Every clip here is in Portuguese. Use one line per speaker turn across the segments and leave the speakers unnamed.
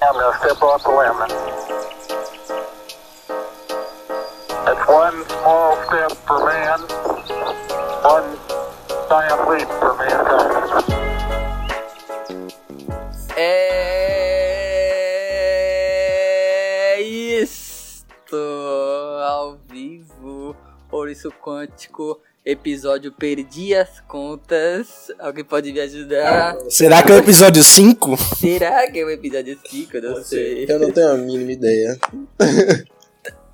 downhill, step off the limit. That's one small step for man, one giant leap for mankind.
É isto ao vivo, Ouriço Quântico, episódio Perdi as Contas. Alguém pode me ajudar?
Será que é o episódio 5?
Será que é o episódio 5? Eu não sei.
Eu não tenho a mínima ideia.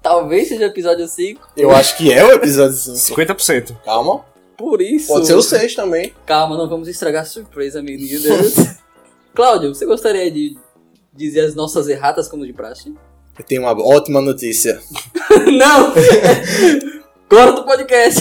Talvez seja o episódio 5.
Eu acho que é o episódio 5.
50%.
Calma.
Por isso.
Pode ser o 6 também.
Calma, não vamos estragar a surpresa, meninas. Cláudio, você gostaria de dizer as nossas erratas como de praxe?
Eu tenho uma ótima notícia.
Não! Corta do podcast!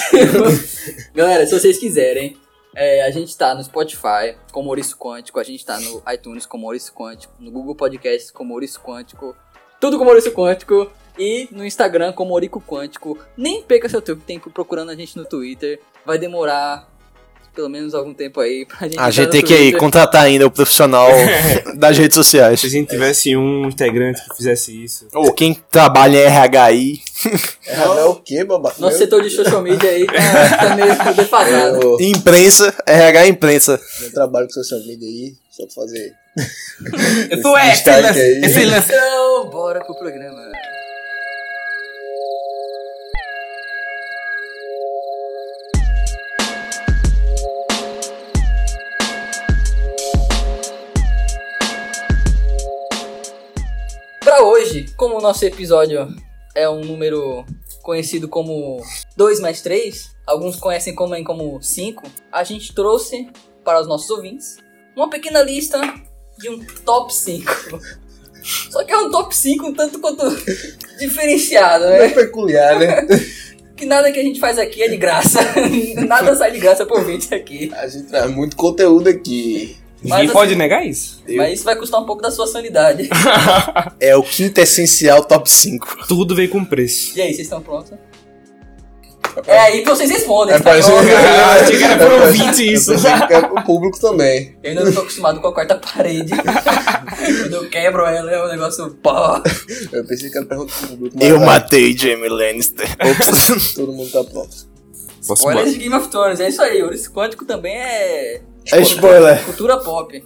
Galera, se vocês quiserem, é, a gente tá no Spotify como Ouriço Quântico, a gente tá no iTunes como Ouriço Quântico, no Google Podcasts como Ouriço Quântico, tudo como Ouriço Quântico e no Instagram como Ourico Quântico. Nem perca seu tempo tempo procurando a gente no Twitter, vai demorar pelo menos algum tempo aí pra gente
A gente
entrar
tem
no
que aí
Twitter.
contratar ainda o profissional das redes sociais.
Se a gente tivesse um integrante que fizesse isso.
Ou quem trabalha em RHI.
Errado é o quê, babá?
Nosso setor de social media aí tá, tá meio defasado.
Eu,
Imprensa, RH Imprensa.
eu trabalho com social media aí, só pra fazer.
Tu
é, esse lance- esse
Então, bora pro programa. Pra hoje, como o nosso episódio é um número conhecido como 2 mais 3, alguns conhecem também como 5, a gente trouxe para os nossos ouvintes uma pequena lista de um top 5. Só que é um top 5 um tanto quanto diferenciado, né?
É peculiar, né?
Que nada que a gente faz aqui é de graça. nada sai de graça por vinte aqui.
A gente traz muito conteúdo aqui.
Mas, assim-
Ninguém pode negar isso.
Eu-
Mas isso vai custar um pouco da sua sanidade.
É o quinto essencial top 5.
Tudo vem com preço.
E aí, vocês estão prontos? É aí que vocês respondem.
É
tá?
parecendo-
Ah, achei que era pro ouvinte isso.
Eu pensei que era pro público também.
Eu ainda não tô acostumado com a quarta parede. Quando eu quebro ela, é um negócio pó.
Eu pensei que era pergunta pro público. mas
Eu
tá,
matei Jamie Lannister. Ops.
Todo mundo tá pronto.
Spoilers de Game of Thrones, é isso aí. O Ouriço Quântico também é
É spoiler.
Cultura pop.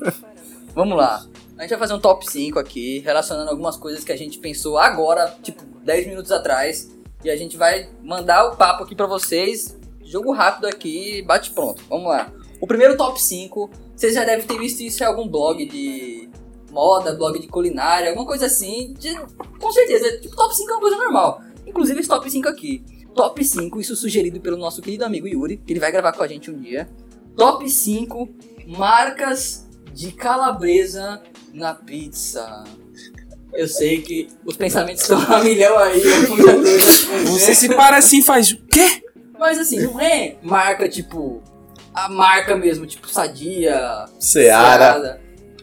Vamos lá. A gente vai fazer um top 5 aqui, relacionando algumas coisas que a gente pensou agora, tipo, 10 minutos atrás. E a gente vai mandar o papo aqui pra vocês. Jogo rápido aqui, bate pronto. Vamos lá. O primeiro top 5, vocês já devem ter visto isso em algum blog de moda, blog de culinária, alguma coisa assim. de- com certeza, tipo, top 5 é uma coisa normal. Inclusive esse top 5 aqui. Top 5, isso sugerido pelo nosso querido amigo Yuri, que ele vai gravar com a gente um dia. Top 5 marcas de calabresa na pizza. Eu sei que os pensamentos estão a milhão aí, eu fui a dois,
Você se para assim e faz o quê?
mas assim, não é marca tipo. A marca mesmo, tipo Sadia,
Seara.
Seara.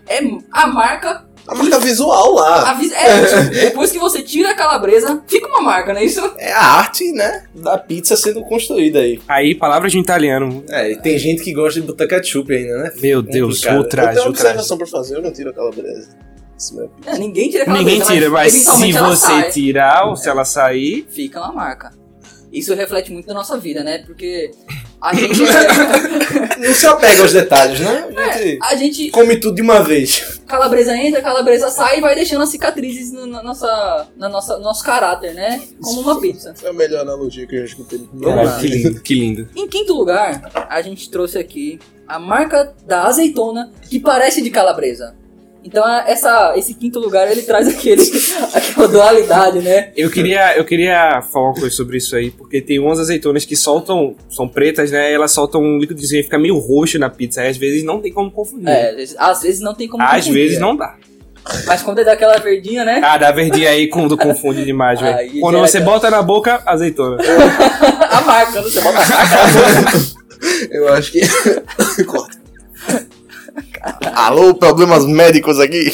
É a marca.
A marca visual lá.
a vis- é, depois que você tira a calabresa, fica uma marca, não é isso?
É a arte, né? Da pizza sendo construída aí.
Aí, palavras de um italiano.
É, e tem gente que gosta de botar ketchup ainda, né?
É
Meu Deus,
Complicado.
o
Eu tenho
Então,
traje,
uma
o traje.
observação pra fazer, eu não tiro aquela beleza. Isso mesmo.
É, ninguém tira a calabresa.
Ninguém tira, mas se
né? eventualmente ela
você
sai.
tirar, ou se ela sair,
Fica uma marca. Isso reflete muito na nossa vida, né? Porque a gente.
Não se apega aos detalhes, né? A gente
a
É.
gente.
come tudo de uma vez.
Calabresa entra, calabresa sai e vai deixando as cicatrizes no, na nossa, na nossa, nosso caráter, né? Como uma pizza.
Foi É a melhor analogia que eu já escutei.
Caralho, que lindo, que lindo.
Em quinto lugar, a gente trouxe aqui a marca da azeitona que parece de calabresa. Então a- essa, esse quinto lugar ele traz aquele, aquela dualidade, né?
Eu queria, eu queria falar uma coisa sobre isso aí, porque tem umas azeitonas que soltam, são pretas, né? Elas soltam um líquidozinho e fica meio roxo na pizza. Aí às vezes não tem como confundir.
É, às vezes- às vezes não tem como.
às
confundir,
vezes
né?
não dá.
Mas quando é daquela verdinha, né?
Ah, dá verdinha aí quando confunde demais,
Aí
velho. Quando
já- É,
você bota na boca, azeitona.
A marca, não sei. bota a marca.
Eu acho que.
Alô, problemas médicos aqui.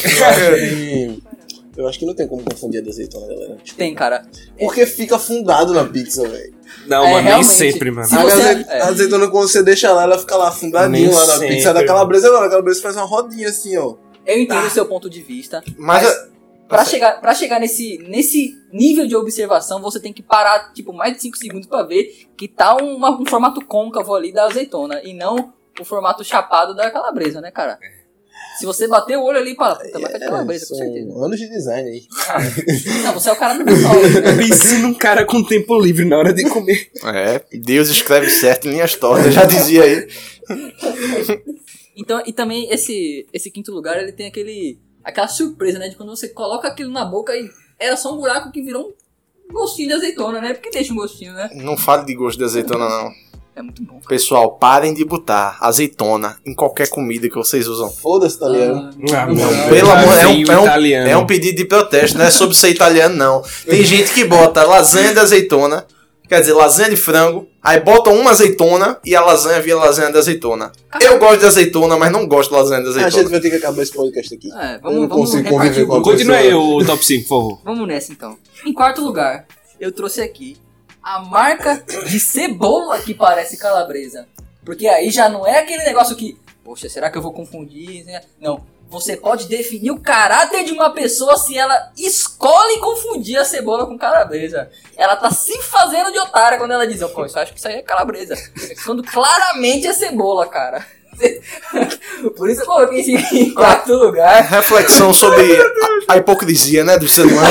Eu acho que não tem como confundir a da azeitona, galera.
Tem, cara.
Porque fica afundado na pizza, velho.
Não,
É,
mano, nem
realmente.
sempre, mano.
Se
A
você-
aze-
é.
a azeitona, quando você deixa lá, ela fica lá afundadinha
Nem
lá na
sempre,
pizza. A da calabresa não, a calabresa faz uma rodinha assim, ó.
Eu entendo o seu ponto de vista.
Mas,
Pra chegar, pra chegar nesse, nesse nível de observação, você tem que parar, tipo, mais de 5 segundos pra ver que tá uma- um formato côncavo ali da azeitona e não o formato chapado da calabresa, né, cara? Se você bater o olho ali e fala, puta, vai pra calabresa,
É,
com
É, são
certeza.
anos de design aí.
Não, você é o cara do pessoal, né?
Pense num um cara com tempo livre na hora de comer.
É, Deus escreve certo, linhas tortas, já dizia aí.
Então, e também esse, esse quinto lugar, ele tem aquele aquela surpresa, né? De quando você coloca aquilo na boca e era só um buraco que virou um gostinho de azeitona, né? Porque deixa um gostinho, né?
Não fale de gosto de azeitona, não.
É muito bom.
Pessoal, parem de botar azeitona em qualquer comida que vocês usam.
Foda-se, tá ligado?
Ah,
Ah,
não.
Pelo amor, é um,
Veio
é, um,
italiano.
é um pedido de protesto, não é sobre ser italiano, não. Tem gente que bota lasanha de azeitona, quer dizer, lasanha de frango, aí botam uma azeitona e a lasanha vira lasanha de azeitona. Eu gosto de azeitona, mas não gosto de lasanha de
A gente
azeitona.
vai ter que acabar esse podcast aqui.
É,
Eu
vamos,
não
vamos
consigo conviver
repartir
com a
o-
coisa.
Continua aí o top 5, por favor.
Vamos nessa então. Em quarto lugar, eu trouxe aqui a marca de cebola que parece calabresa. Porque aí já não é aquele negócio que, poxa, será que eu vou confundir? né? Não. Você pode definir o caráter de uma pessoa se ela escolhe confundir a cebola com calabresa. Ela tá se fazendo de otária quando ela diz, eu pô, isso eu acho que isso aí é calabresa. Quando claramente é cebola, cara. Por isso eu coloquei isso em quarto lugar.
Reflexão sobre a, a hipocrisia, né, do ser humano.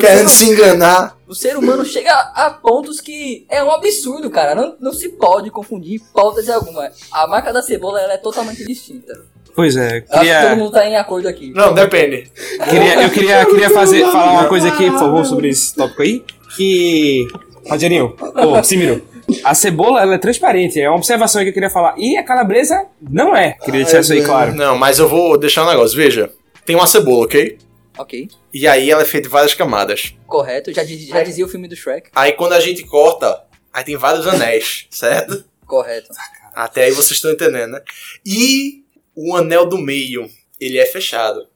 Querendo se enganar.
O ser humano chega a pontos que é um absurdo, cara. Não, não se pode confundir pauta de alguma. A marca da cebola ela é totalmente distinta.
Pois é,
Eu Acho que todo
queria,
mundo tá em acordo aqui.
Não, depende.
queria, eu queria, queria fazer, falar uma coisa aqui, por
tá.
favor, sobre esse tópico aí. Que. Rogerinho, ô, Simiro. A cebola, ela é transparente, é uma observação que eu queria falar. E a calabresa não é. Queria deixar isso aí claro.
Não, mas eu vou deixar um negócio. Veja, tem uma cebola, ok?
Ok,
E aí ela é feita de várias camadas.
correto. Já, diz- já dizia o filme do Shrek.
Aí quando a gente corta, aí tem vários anéis, certo?
Correto.
Até aí vocês estão entendendo, né? E o anel do meio, ele é fechado.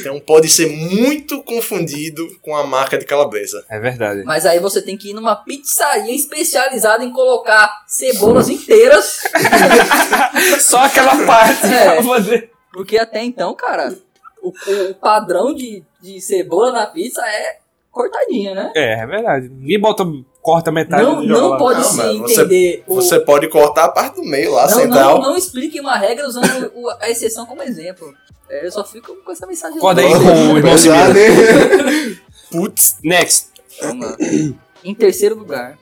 então pode ser muito confundido com a marca de calabresa.
É verdade.
Mas aí você tem que ir numa pizzaria especializada em colocar cebolas inteiras.
Só aquela parte.
É.
Fazer.
Porque até então, cara, o, o- o padrão de, de cebola na pizza é cortadinha, né?
É, é verdade. Ninguém bota, corta metade
não
e joga
não
Tá lá.
pode
Não,
se
mano, você-
entender o-
Você pode cortar a parte do meio lá,
Não,
central.
não, não explique uma regra usando o- a exceção como exemplo. É, Eu só fico com essa mensagem.
Acorda aí
Vamos lá.
com o irmão
Pesado,
Simiro.
hein?
Putz, next.
Vamos lá. Em terceiro lugar,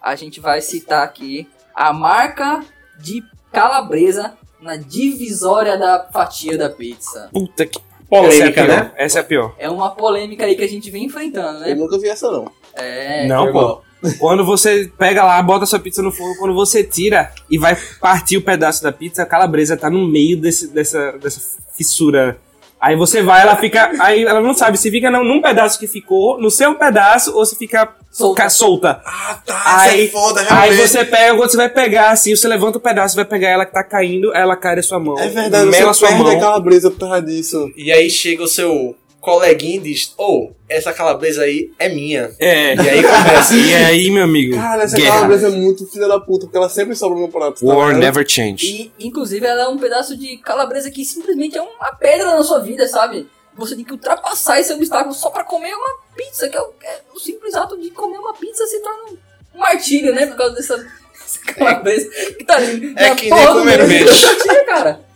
a gente vai citar aqui a marca de calabresa na divisória da fatia da pizza.
Puta que.
Polêmica,
essa é a
né?
pior. Essa é a pior.
É uma polêmica aí que a gente vem enfrentando,
Eu
né?
nunca vi essa, não.
É.
Não,
Irmão.
pô. Quando você pega lá, bota sua pizza no fogo, quando você tira e vai partir o pedaço da pizza, a calabresa tá no meio desse, dessa, dessa fissura. Aí você vai, ela fica. Aí ela não sabe se fica num- num pedaço que ficou, no seu pedaço, ou se fica
Solta.
ca- solta.
Ah, tá,
é
Aí, aí você pega, quando você vai pegar assim, você levanta o pedaço, vai pegar ela que tá caindo, ela cai da sua mão.
É verdade,
mela
você
sua
perde a
mão.
calabresa por causa disso.
E aí chega o seu coleguinha e diz, ou, essa calabresa aí é minha.
É,
E aí começa.
e aí, meu amigo?
Cara, essa
guerra.
calabresa é muito filha da puta, porque ela sempre sobra no prato. tá
War
ligado?
never change.
E, inclusive, ela é um pedaço de calabresa que simplesmente é uma pedra na sua vida, sabe? Você tem que ultrapassar esse obstáculo só pra comer uma pizza, que é o, é o simples ato de comer uma pizza se torna um um martírio, né? Por causa dessa, dessa calabresa que tá ali.
É
na
que
porra
nem
do
comer
meio da
peixe.
fatia, cara.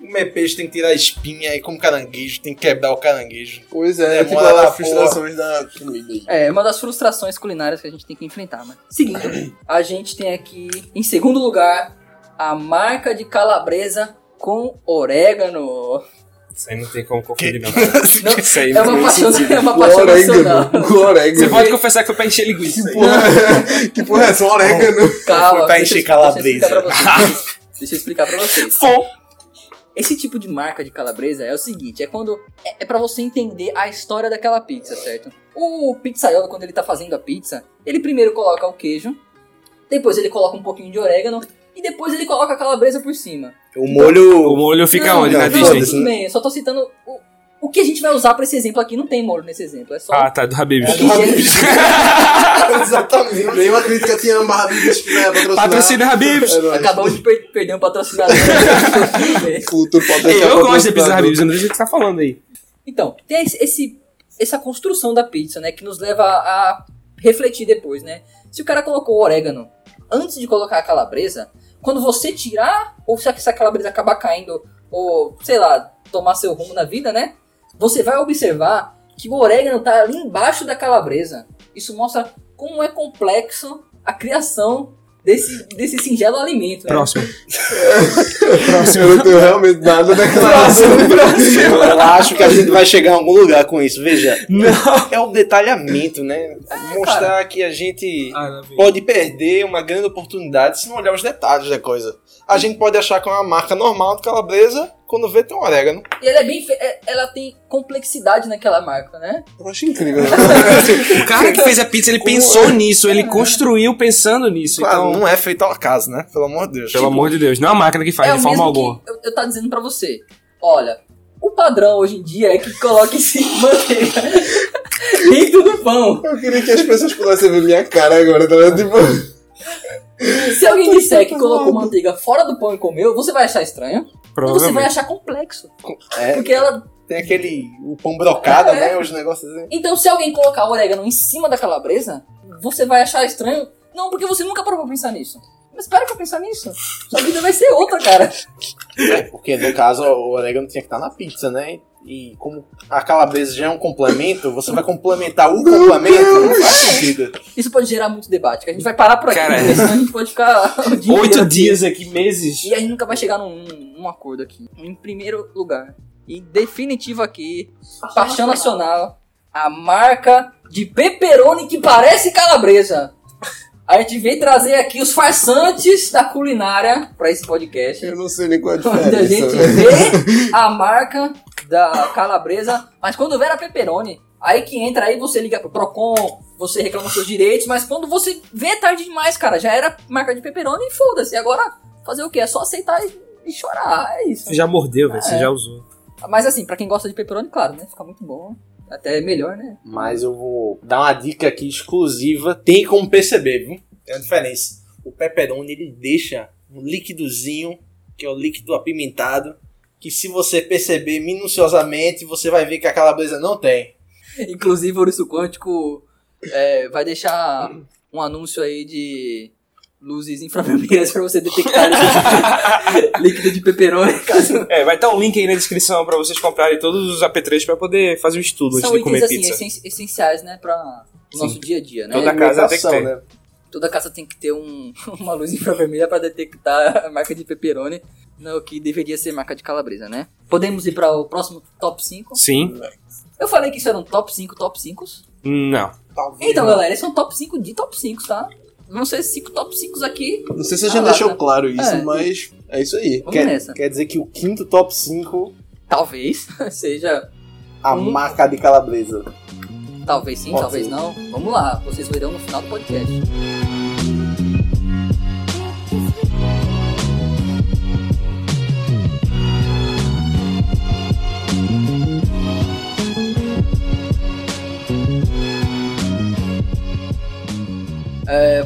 Comer peixe tem que tirar a espinha e como caranguejo, tem que quebrar o caranguejo.
Pois é, é tipo
Demora
as
da
frustrações da comida aí.
É, é uma das frustrações culinárias que a gente tem que enfrentar, mano. Seguindo, a gente tem aqui, em segundo lugar, a marca de calabresa com orégano.
Isso aí não tem como confundir, não.
Não,
Isso aí
é
não
uma
tem
paixão, é uma
Com
paixão nacional.
orégano, com
Você
orégano.
pode confessar que foi pra encher linguiça.
Que porra é essa? Orégano.
Calma,
Foi
deixa
pra
eu-
encher calabresa.
Deixa eu explicar pra vocês. Deixa eu explicar pra vocês.
Fom.
Esse tipo de marca de calabresa é o seguinte, é quando é, é para você entender a história daquela pizza, certo? O pizzaiolo quando ele tá fazendo a pizza, ele primeiro coloca o queijo, depois ele coloca um pouquinho de orégano e depois ele coloca a calabresa por cima.
O molho
O molho fica
Não,
onde?
não,
na
não,
Disney?
foda-se.
Tudo bem, eu só tô citando o, o que a gente vai usar pra esse exemplo aqui, não tem molho nesse exemplo, é só
Ah, tá, do Habib.
o que gente-
Exatamente. Nenhuma crítica tinha amarrado bicho que não ia
né?
patrocinar.
Patrocina Habib.
É nóis.
acabamos de per- perder um patrocinador. Tudo bem.
Culto pode
Eu
deixar
gosto de
patrocinador.
pizza Habib, eu não sei o que você tá falando aí.
Então, tem esse- esse, essa construção da pizza, né? Que nos leva a refletir depois, né? Se o cara colocou o orégano antes de colocar a calabresa, quando você tirar, ou se essa calabresa acabar caindo, ou sei lá, tomar seu rumo na vida, né? Você vai observar que o orégano tá ali embaixo da calabresa. Isso mostra como é complexo a criação desse, desse singelo alimento. né?
Próximo.
Próximo. Eu não tenho realmente nada daquela
Eu acho que a gente vai chegar em algum lugar com isso. Veja,
Não.
é o detalhamento, né?
É,
Mostrar que a gente
Ah,
pode perder uma grande oportunidade se não olhar os detalhes da coisa. A gente pode achar que é uma marca normal de calabresa, quando vê tem um orégano.
E ela é bem. fe- é- Ela tem complexidade naquela marca, né?
Eu acho incrível. né?
O cara que fez a pizza, ele pensou nisso, ele construiu pensando nisso.
Ah,
Claro,
Então,
não é feito ao acaso, né? Pelo amor de Deus.
pelo amor de Deus, não é uma máquina que faz
é
de
o mesmo
forma alguma.
que eu, eu tá dizendo pra você. Olha, o padrão hoje em dia é que coloque esse manteiga dentro do pão.
Eu queria que as pessoas pudessem ver minha cara agora, tá vendo? Tipo,
Se alguém disser que colocou manteiga fora do pão e comeu, você vai achar estranho. Ou você vai
Provavelmente.
achar complexo.
É,
Porque ela.
tem aquele o pão brocada,
É.
né? Os negócios. assim.
Então, se alguém colocar orégano em cima da calabresa, você vai achar estranho. Não, porque você nunca parou pra pensar nisso. Mas para pra pensar nisso. Sua vida vai ser outra, cara.
É, porque no caso o orégano tinha que estar na pizza, né? E como a calabresa já é um complemento, você vai complementar o complemento? Não faz sentido.
Isso pode gerar muito debate. que A gente vai parar por aqui,
Cara, é.
porque senão a gente pode ficar. o dia
Oito
inteiro.
dias aqui, meses.
E a gente nunca vai chegar num, num acordo aqui. Em primeiro lugar, em definitivo aqui, Paixão Nacional, a marca de pepperoni que parece calabresa. A gente veio trazer aqui os farsantes da culinária pra esse podcast.
eu não sei nem qual é a
Onde a gente
diferença. né?
vê a marca da calabresa, mas quando vê era pepperoni, aí que entra aí você liga pro Procon, você reclama seus direitos, mas quando você vê é tarde demais, cara, já era marca de pepperoni e foda-se. Agora fazer o quê? É só aceitar e, e chorar, é isso.
Você já mordeu, velho, você
É.
já usou.
Mas assim, pra quem gosta de pepperoni, claro, né? Fica muito bom. Até melhor, né?
Mas eu vou dar uma dica aqui exclusiva. Tem como perceber, viu? Tem uma diferença. O pepperoni ele deixa um líquidozinho, que é o líquido apimentado, que se você perceber minuciosamente, você vai ver que a calabresa não tem.
Inclusive, o Urso Quântico é, vai deixar um anúncio aí de luzes infravermelhas pra você detectar esse líquido de pepperoni, caso
É, vai estar um link aí na descrição pra vocês comprarem todos os apetrechos pra poder fazer um estudo antes
São
de
itens
comer
assim,
pizza.
essen- essenciais, né, pra o nosso dia a dia, né?
Toda casa tem que ter.
né?
Toda casa tem que ter um- uma luz infravermelha pra detectar a marca de pepperoni, no que deveria ser marca de calabresa, né? Podemos ir para o próximo top 5.
Sim?
Eu falei que isso era um top 5, top 5.
Não.
Talvez.
Então, galera, esse é um top 5 de top 5, tá? Vão ser 5 top 5 aqui.
Não sei se a gente deixou claro isso,
É.
mas é isso aí.
Vamos nessa.
quer, quer dizer que o quinto top 5,
Talvez seja.
a
Hum.
marca de calabresa.
Talvez sim,
Pode
talvez
ser.
não. Vamos lá, vocês verão no final do podcast.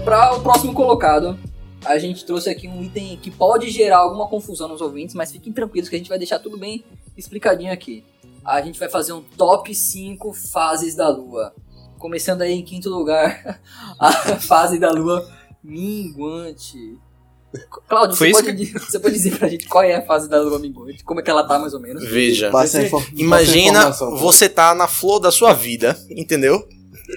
para É, o próximo colocado, a gente trouxe aqui um item que pode gerar alguma confusão nos ouvintes, mas fiquem tranquilos que a gente vai deixar tudo bem explicadinho aqui. A gente vai fazer um top 5 fases da lua. Começando aí em quinto lugar, a fase da lua minguante. Claudio,
Foi
você
isso
pode, di- você pode dizer pra gente qual é a fase da lua minguante? Como é que ela tá, mais ou menos?
Veja.
Passa a infor- passa a
Imagina,
informação.
você tá na flor da sua vida, entendeu?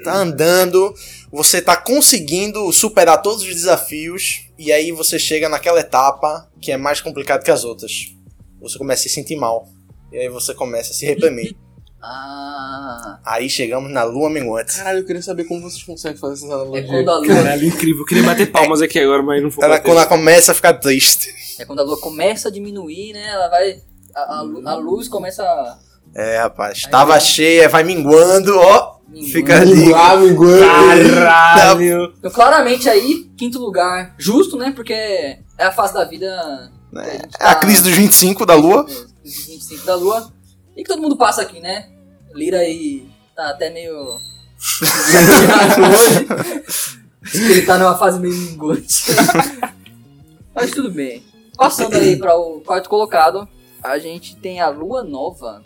Tá andando, você tá conseguindo superar todos os desafios, e aí você chega naquela etapa que é mais complicada que as outras. Você começa a se sentir mal. E aí você começa a se reprimir.
Ah,
aí chegamos na lua minguante.
Caralho, eu queria saber como vocês conseguem fazer essas
é
analogias.
quando a lua
Caralho, incrível. Eu queria bater palmas aqui agora, mas não foi.
Ela, quando ela começa a ficar triste.
É quando a lua começa a diminuir, né? Ela vai. A, a lu- a luz começa a.
É, rapaz,
Aí
tava
vai.
cheia, vai minguando, ó.
minguando.
Fica ali.
Caralho!
Então, claramente aí, quinto lugar, justo, né? Porque é a fase da vida.
É
Ah. tá-
a crise dos 25 da lua.
dos 25 da lua. E que todo mundo passa aqui, né? Lira aí tá até meio. hoje. Ele tá numa fase meio minguante. Mas tudo bem. Passando aí para o quarto colocado, a gente tem a lua nova.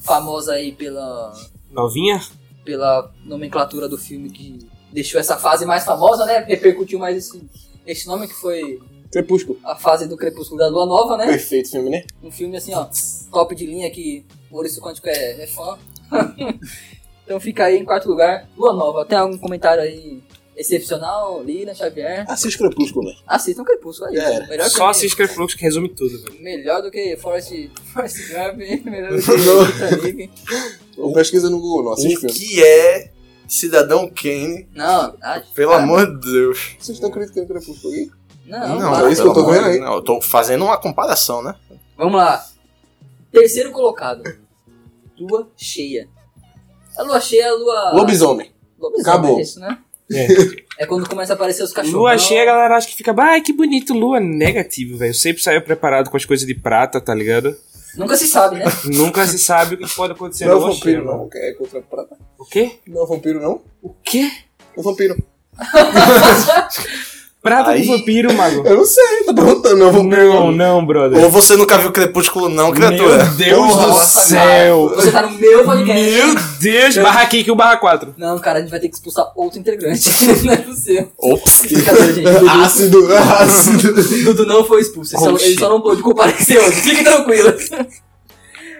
famosa aí pela,
Novinha?
pela nomenclatura do filme que deixou essa fase mais famosa, né? Repercutiu mais esse, esse nome que foi
Crepúsculo.
a fase do Crepúsculo da Lua Nova, né?
Perfeito filme, né?
Um filme assim, ó, top de linha que o Ouriço Quântico é, é fã. então fica aí em quarto lugar, Lua Nova. Tem algum comentário aí excepcional, Lina, Xavier?
Assiste Crepúsculo, velho.
Assistam Crepúsculo aí.
É,
melhor
Só
que
assiste Crepúsculo que resume tudo, velho.
Melhor do que Forrest, Forrest Gump, melhor do que Titanic.
Ou pesquisa no Google, não. Assiste
O
filme.
que é Cidadão Kane?
Não, ah,
Pelo amor de Deus.
Vocês estão criticando Crepúsculo aqui?
não,
é isso que eu tô
pelo amor
vendo aí.
de- Não, eu tô fazendo uma comparação, né?
Vamos lá. Terceiro colocado. Lua cheia. A lua cheia é a lua.
Lobisomem.
Lobisomem,
Acabou.
É, isso, né? é quando começa a aparecer os cachorros.
Lua cheia, é a galera acha que fica, ai que bonito, lua negativo, velho. Eu Sempre saio preparado com as coisas de prata, tá ligado?
Nunca se sabe, né?
Nunca se sabe o que pode acontecer
Não é
na
o
lua cheia,
vampiro,
mano.
não. que É contra a prata.
O quê?
Não é o vampiro, não.
O quê?
O vampiro.
Prata
Aí-
com vampiro, mago.
Eu não sei, tá perguntando. Não é o vampiro,
Não, não, brother.
Ou você nunca viu Crepúsculo, não, criatura?
Meu Deus do céu!
Você tá no meu podcast.
Meu Deus! Barra aqui que o barra 4.
Não, cara, a gente vai ter que expulsar outro integrante. não é possível.
Ops.
Brincadeira, gente.
Ácido, né? ácido.
Dudu não foi expulso. Ele só,
Oh,
ele
shit.
só não pôde comparecer hoje. Fique tranquilo.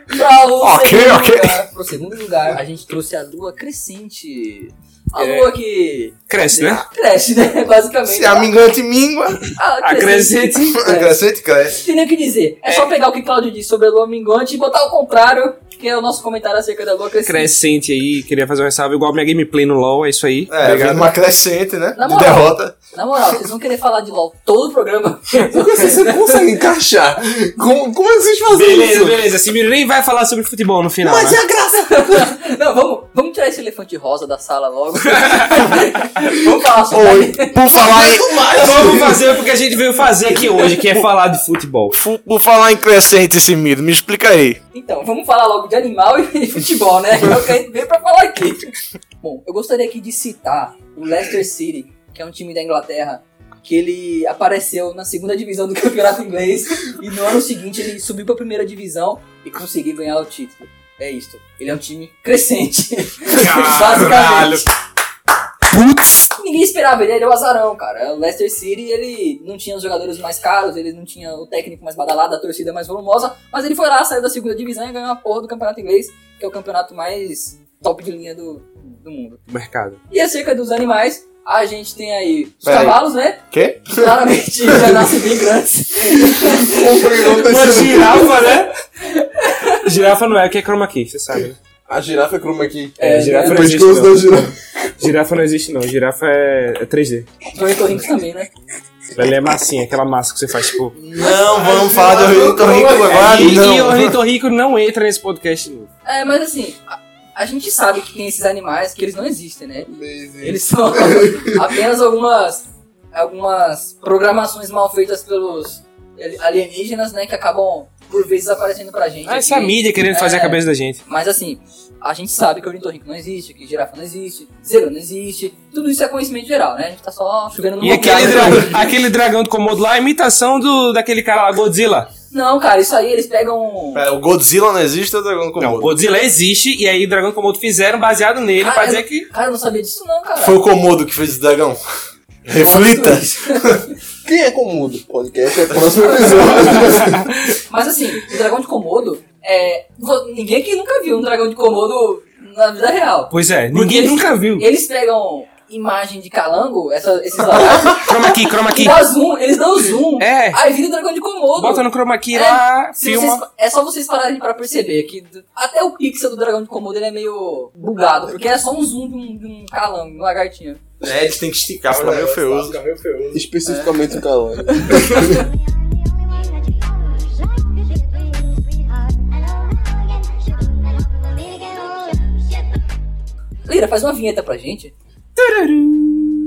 Pra o
Ok,
segundo
ok.
lugar, pro segundo lugar, a gente trouxe a lua crescente. A
É.
lua que
Cresce, né?
cresce, né? Basicamente. Ah,
Se a minguante mingua,
A crescente.
É.
a crescente cresce.
Não é. tem nem o que dizer. É, só pegar o que Claudio disse sobre a lua minguante e botar o contrário, que é o nosso comentário acerca da lua crescente.
Crescente aí, queria fazer uma ressalva igual a minha gameplay no LoL, é isso aí.
É, vem uma crescente, né?
Na
de
moral.
derrota.
Na moral, vocês vão querer falar de LOL todo o programa.
Porque assim, você consegue encaixar. Como, como é que vocês fazem
Beleza,
isso?
beleza. Esse menino nem vai falar sobre futebol no final,
Mas
né?
é a graça.
Não, vamos, vamos tirar esse elefante rosa da sala logo. vamos falar sobre
Oi, por falar em,
Vamos fazer porque a gente veio fazer aqui hoje, que é falar de futebol.
fu- por falar em crescente, Simiro, me explica aí.
Então, vamos falar logo de animal e de futebol, né? É o que a gente veio pra falar aqui. Bom, eu gostaria aqui de citar o Leicester City, que é um time da Inglaterra, que ele apareceu na segunda divisão do campeonato inglês e no ano seguinte ele subiu pra primeira divisão e conseguiu ganhar o título. É isto. Ele é um time crescente. Basicamente. Ninguém esperava ele, ele é o azarão, cara. O Leicester City, ele não tinha os jogadores mais caros, ele não tinha o técnico mais badalado, a torcida mais volumosa, mas ele foi lá, saiu da segunda divisão e ganhou a porra do campeonato inglês, que é o campeonato mais top de linha do, do mundo.
Mercado.
E acerca dos animais, a gente tem aí os
Pera aí.
cavalos, né?
Quê?
Claramente já nascem bem grandes.
Uma girafa, né? girafa não é, que é chroma key, você sabe, né?
A girafa é cruma aqui.
É, girafa
né?
não existe
Pescoço da
não.
girafa.
Girafa não existe não, girafa é, é 3D.
Ornitorrinco também, né?
Ela é massinha, aquela massa que você faz, tipo...
Não, vamos falar do Rio Torrico agora,
então.
e, e o
não.
ornitorrinco não entra nesse podcast novo.
É, mas assim, a, a gente sabe que tem esses animais que eles não existem, né? Eles são apenas algumas, algumas programações mal feitas pelos alienígenas, né? Que acabam, por vezes, aparecendo pra gente.
Ah, essa
aqui.
mídia querendo fazer
É.
a cabeça da gente.
Mas assim, a gente sabe que o ornitorrinco não existe, que girafa não existe, zebra não existe. Tudo isso é conhecimento geral, né? A gente tá só chegando no
E aquele, dra- aquele dragão do Komodo lá é imitação do, daquele cara lá, Godzilla.
Não, cara, isso aí eles pegam... um-
Pera, É, o Godzilla não existe, o dragão
Não,
Komodo.
Godzilla existe e aí o dragão do Komodo fizeram baseado nele
Ah,
pra
eu
dizer
não-
que...
Cara, eu não sabia disso não, cara.
Foi o Komodo que fez o dragão. Reflita.
Quem é comudo? Podcast é próximo episódio.
Mas assim, o dragão de Komodo é. vo- Ninguém aqui nunca viu um dragão de Komodo na vida real.
Pois é,
Porque
ninguém
eles-
nunca viu.
Eles pegam imagem de calango, essa- esses lagartos,
Chroma key, chroma
e
key.
dá zoom, eles dão zoom.
É.
Aí vira o dragão de Komodo.
Bota no chroma key
É,
lá,
Se
filma.
vocês- é só vocês pararem pra perceber que d- até o pixel do dragão de Komodo ele é meio bugado, porque é só um zoom de um, de um calango, um lagartinho.
É, eles têm que esticar, fica meio feioso.
Especificamente o calor.
Lira, faz uma vinheta pra gente.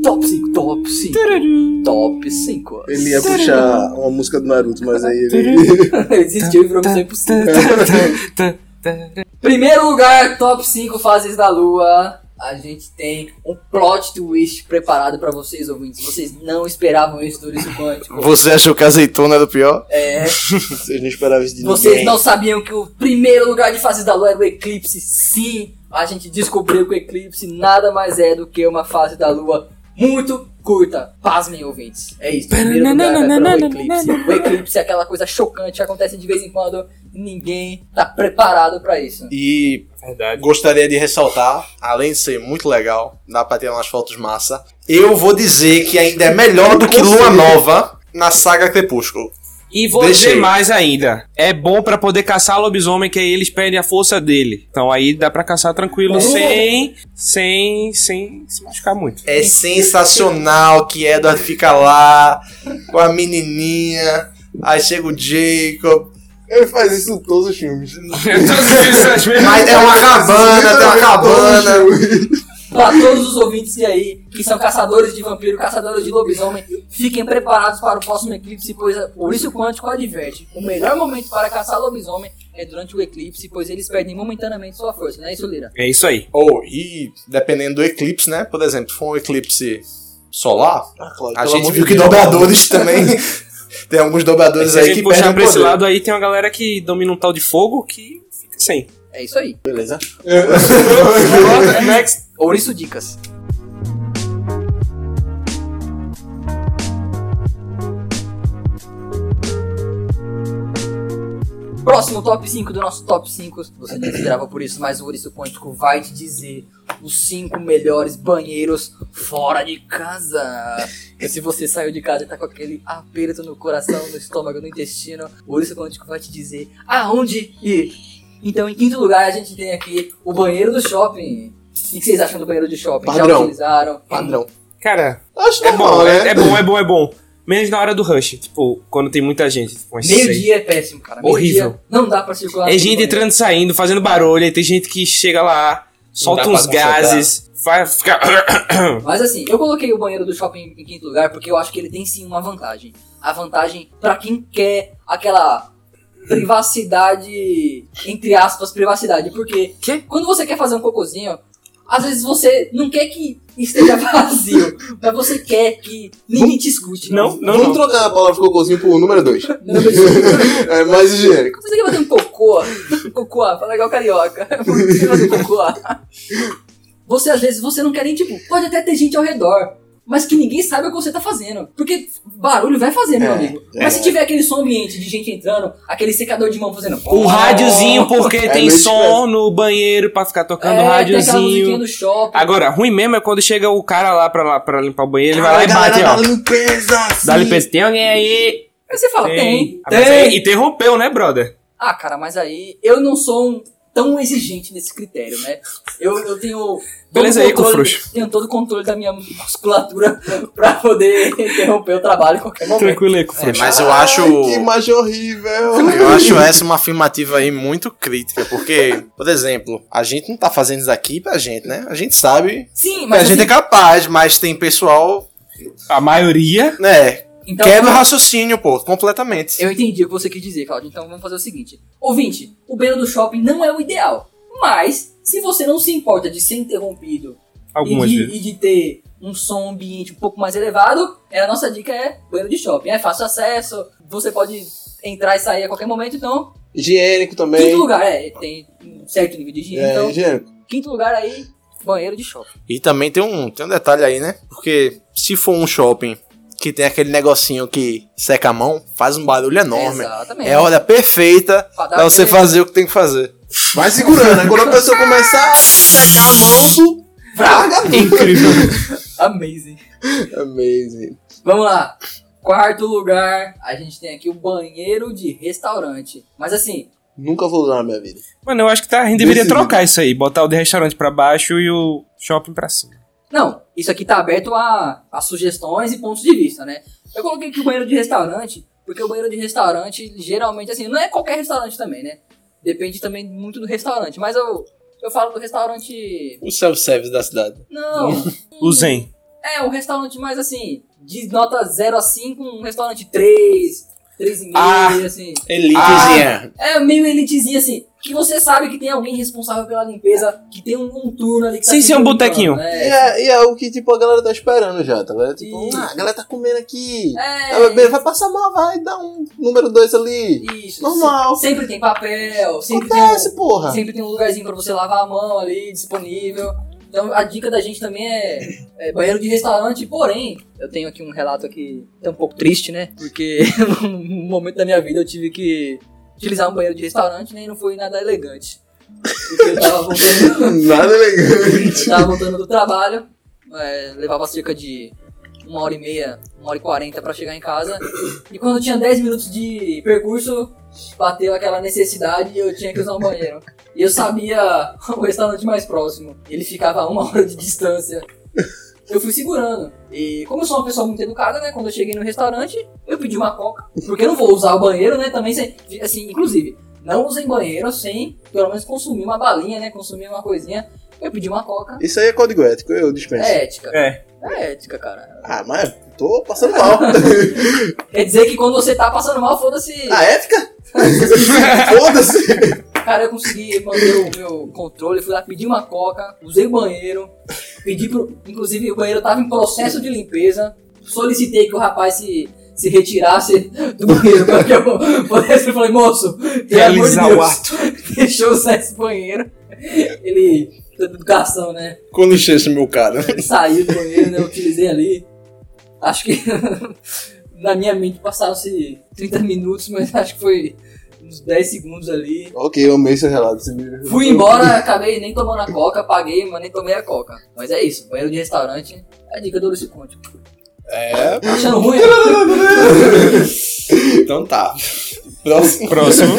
Top 5, top 5, top 5.
Ele ia puxar uma música do Naruto, mas aí ele.
Ele tá, desistiu e virou um missão impossível. Primeiro lugar, top 5 fases da lua. a gente tem um plot twist preparado pra vocês, ouvintes. Vocês não esperavam isso do Ouriço Quântico.
Você achou que a azeitona era o pior?
É,
Vocês não esperavam isso de
vocês
ninguém.
não sabiam que o primeiro lugar de fase da lua era o eclipse. Sim, a gente descobriu que o eclipse nada mais é do que uma fase da lua muito curta. Pasmem, ouvintes. É isso. O primeiro lugar vai para o eclipse. O eclipse é aquela coisa chocante que acontece de vez em quando. Ninguém tá preparado pra isso.
E
Verdade.
Gostaria de ressaltar, além de ser muito legal, dá pra tirar umas fotos massa. Eu vou dizer que ainda é melhor do que Lua Nova na saga Crepúsculo.
E vou
Deixa
dizer
aí.
mais ainda. É bom pra poder caçar lobisomem, que aí eles perdem a força dele. Então aí dá pra caçar tranquilo, sem, sem, sem se machucar muito.
É sensacional que Edward fica lá com a menininha, aí chega o Jacob.
Ele faz isso em todos os filmes.
Mas é uma cabana,
um
tem uma
Ah,
cabana.
Pra todos os ouvintes de aí que são caçadores de vampiro, caçadores de lobisomem, fiquem preparados para o próximo eclipse, pois a- por isso o Quântico adverte. O melhor momento para caçar lobisomem é durante o eclipse, pois eles perdem momentaneamente sua força, não é isso, Lira?
É isso aí.
Ou, e dependendo do eclipse, né? Por exemplo, se for um eclipse solar, a gente viu que dobradores também. Tem alguns dobradores
Se a
aí que
gente puxar
perdem
pra esse
poder.
lado aí, tem uma galera que domina um tal de fogo que fica sem.
É isso aí.
Beleza.
Next.
Ouriço Dicas. Próximo top 5 do nosso top 5. Você não esperava por isso, mas o Ouriço Quântico vai te dizer os 5 melhores banheiros fora de casa. E se você saiu de casa e tá com aquele aperto no coração, no estômago, no intestino, o Ouriço Quântico vai te dizer aonde ir. Então, em quinto lugar, a gente tem aqui o banheiro do shopping. O que vocês acham do banheiro de shopping? Já
Padrão.
utilizaram?
Padrão.
Cara,
Acho
é
normal,
bom,
né?
é, é bom, é bom, é bom. Menos na hora do rush, tipo, quando tem muita gente. Tipo, umas seis.
Meio-dia é péssimo, cara. Meio-dia
Horrível.
Não dá pra circular.
É
no
gente
banheiro.
entrando e saindo, fazendo barulho, aí tem gente que chega lá, solta
dá
uns
pra consertar.
gases, faz, fica.
Mas assim, eu coloquei o banheiro do shopping em quinto lugar porque eu acho que ele tem sim uma vantagem. A vantagem pra quem quer aquela privacidade, entre aspas, privacidade. Porque
Quê?
quando você quer fazer um cocôzinho, às vezes você não quer que esteja vazio, mas você quer que ninguém te escute.
Não, não,
Vamos
não.
trocar a palavra cocôzinho por número 2.
Não, não.
É mais higiênico.
Você quer fazer um cocô? Cocoa, fala igual carioca. Você quer fazer um cocoa? Você, às vezes, você não quer nem, tipo, pode até ter gente ao redor, mas que ninguém saiba o que você tá fazendo. Porque barulho vai fazer, meu amigo. Mas se tiver aquele som ambiente de gente entrando, aquele secador de mão fazendo... É,
O rádiozinho, porque tem
meio
som no banheiro pra ficar tocando o
tem aquela musiquinha
rádiozinho.
do shopping.
Agora, ruim mesmo é quando chega o cara lá pra, lá pra limpar o banheiro, ele vai lá e bate, ó.
Ah, limpeza!
Dá limpeza, tem alguém aí?
Aí você fala, tem,
Ah,
tem.
mas aí Interrompeu, né, brother?
Ah, cara, mas aí eu não sou um tão exigente nesse critério, né? Eu, eu tenho. todo
Beleza
o
aí,
controle-
Cofruxo.
Tenho todo o controle da minha musculatura pra poder interromper o trabalho em qualquer momento.
Tranquilo aí, com
É, mas eu acho.
Que macho horrível!
Eu acho essa uma afirmativa aí muito crítica, porque, por exemplo, a gente não tá fazendo isso aqui pra gente, né? A gente sabe
Sim,
que a
mas.
gente é
assim,
capaz, mas tem pessoal,
A maioria.
né?
é
então,
quebra o raciocínio, pô, completamente.
Eu entendi o que você quis dizer, Claudio. Então vamos fazer o seguinte: ouvinte, o banheiro do shopping não é o ideal. Mas, se você não se importa de ser interrompido e
Algumas vezes.
de, e de ter um som ambiente um pouco mais elevado, é, a nossa dica é banheiro de shopping. É fácil acesso, você pode entrar e sair a qualquer momento, então
Higiênico também.
Quinto lugar, é, tem um certo nível de higiene,
É,
então.
higiênico.
Quinto lugar aí, banheiro de shopping.
E também tem um, tem um detalhe aí, né? Porque se for um shopping que tem aquele negocinho que seca a mão, faz um barulho enorme.
Exatamente.
É a hora perfeita
Pra dar
pra você
aquele-
fazer o que tem que fazer.
Vai segurando, né? Quando a pessoa começar a secar a mão, su- fraga
Incrível.
Amazing.
Amazing.
Vamos lá. Quarto lugar, a gente tem aqui o banheiro de restaurante. Mas assim,
Nunca vou usar na minha vida.
Mano, eu acho que tá, a gente deveria
Decidido.
trocar isso aí. Botar o de restaurante pra baixo e o shopping pra cima.
não, isso aqui tá aberto a, a sugestões e pontos de vista, né? Eu coloquei aqui o banheiro de restaurante, porque o banheiro de restaurante, geralmente, assim, não é qualquer restaurante também, né? Depende também muito do restaurante. Mas eu, eu falo do restaurante.
O self-service da cidade.
Não.
O Zen.
É, um restaurante mais assim, de nota 0 a 5, um restaurante 3, 3,5,
Ah.
assim.
Elitezinha.
É meio elitezinho assim. que você sabe que tem alguém responsável pela limpeza, que tem um, um turno ali que tá
Sem
se
ser um
limpando,
botequinho.
né?
E é, e é o que, tipo, a galera tá esperando já, tá ligado? Tipo,
Isso.
ah, a galera tá comendo aqui.
É.
Tá bebendo, vai passar mal, vai dar um número dois ali.
Isso.
Normal.
Se- Sempre tem papel, sempre tem,
Acontece,
um,
porra.
sempre tem um lugarzinho pra você lavar a mão ali, disponível. Então a dica da gente também é, é banheiro de restaurante, porém, eu tenho aqui um relato aqui até um pouco triste, né? Porque num momento da minha vida eu tive que utilizar um banheiro de restaurante, né? E não foi nada elegante. Porque eu tava voltando.
Nada legal.
Eu tava voltando do trabalho, é, levava cerca de uma hora e meia, uma hora e quarenta pra chegar em casa. E quando tinha 10 minutos de percurso, bateu aquela necessidade e eu tinha que usar um banheiro. E eu sabia o restaurante mais próximo. Ele ficava a uma hora de distância. Eu fui segurando. E como eu sou uma pessoa muito educada, né? Quando eu cheguei no restaurante, eu pedi uma coca. Porque eu não vou usar o banheiro, né? Também sem. Assim, inclusive, não usem banheiro sem pelo menos consumir uma balinha, né? Consumir uma coisinha. Eu pedi uma coca.
Isso aí é código ético, eu dispenso.
É ética.
É.
É ética, cara.
Ah, mas tô passando mal.
Quer dizer que quando você tá passando mal, foda-se.
a ética? Foda-se.
Cara, eu consegui manter o meu controle, fui lá pedir uma coca, usei o banheiro, pedi pro. Inclusive, o banheiro tava em processo de limpeza. Solicitei que o rapaz se, se retirasse do banheiro para que eu pudesse. Eu falei, moço, pelo amor de
Realizar o
Deus, deixa eu usar esse banheiro. Ele. tanta Educação, né?
Com licença, meu cara.
Ele saiu do banheiro, né? Eu utilizei ali. Acho que na minha mente passaram-se 30 minutos, mas acho que foi uns 10 segundos ali.
ok, eu amei seu relato. Você me-
Fui embora, acabei nem tomando a coca, paguei, mas nem tomei a coca. Mas é isso, banheiro de restaurante é a dica do Lúcio Conte. É. Achando ruim?
Então tá. Próximo. Próximo.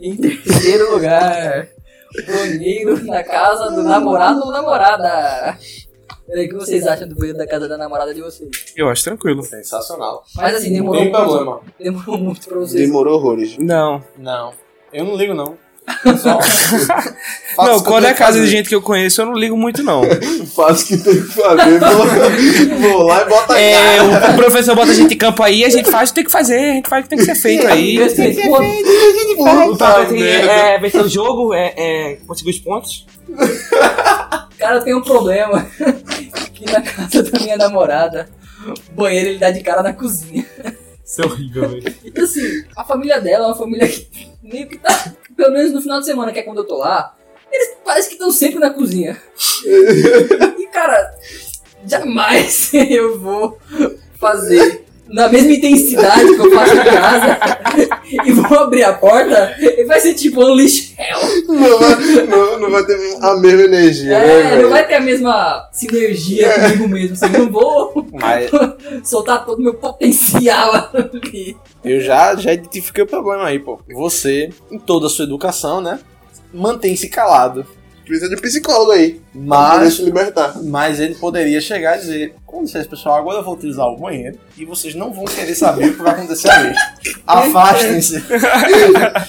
em terceiro lugar, banheiro na casa do namorado ou namorada. Peraí, o que vocês acham do banheiro da casa da namorada de vocês?
Eu acho tranquilo.
Sensacional.
Mas assim, demorou
Tem
muito,
problema.
demorou muito pra vocês.
Demorou horrores.
Não.
Não. Eu não ligo, não.
não, quando é casa de gente que eu conheço, eu não ligo muito, não.
Faço o que tem que fazer. Vou, vou lá e bota a
É,
cara.
o, o professor bota a gente em campo aí, a gente faz o que tem que fazer, a gente faz o que tem que ser feito aí. Tá,
Eu fiquei, assim, pô,
Pra
é um Puta
vencer,
merda.
é, vencer o jogo, é, é, conseguir os pontos.
Cara, tem um problema. que na casa da minha namorada, o banheiro ele dá de cara na cozinha.
Isso é horrível, velho.
E assim, a família dela é uma família que meio que tá. Pelo menos no final de semana, que é quando eu tô lá, eles parecem que estão sempre na cozinha. E cara, jamais eu vou fazer. Na mesma intensidade que eu faço em casa, e vou abrir a porta, e vai ser tipo um lixo hell.
Não vai, não, não vai ter a mesma energia, né,
É,
velho?
não vai ter a mesma sinergia comigo mesmo. Assim, não vou
Mas
soltar todo o meu potencial ali.
eu já, já identifiquei o problema aí, pô. Você, em toda a sua educação, né? Mantém-se calado.
Precisa de psicólogo aí. Pra poder
Mas
se libertar.
Mas ele poderia chegar e dizer: Com licença, pessoal, agora eu vou utilizar o banheiro e vocês não vão querer saber o que vai acontecer ali. Afastem-se.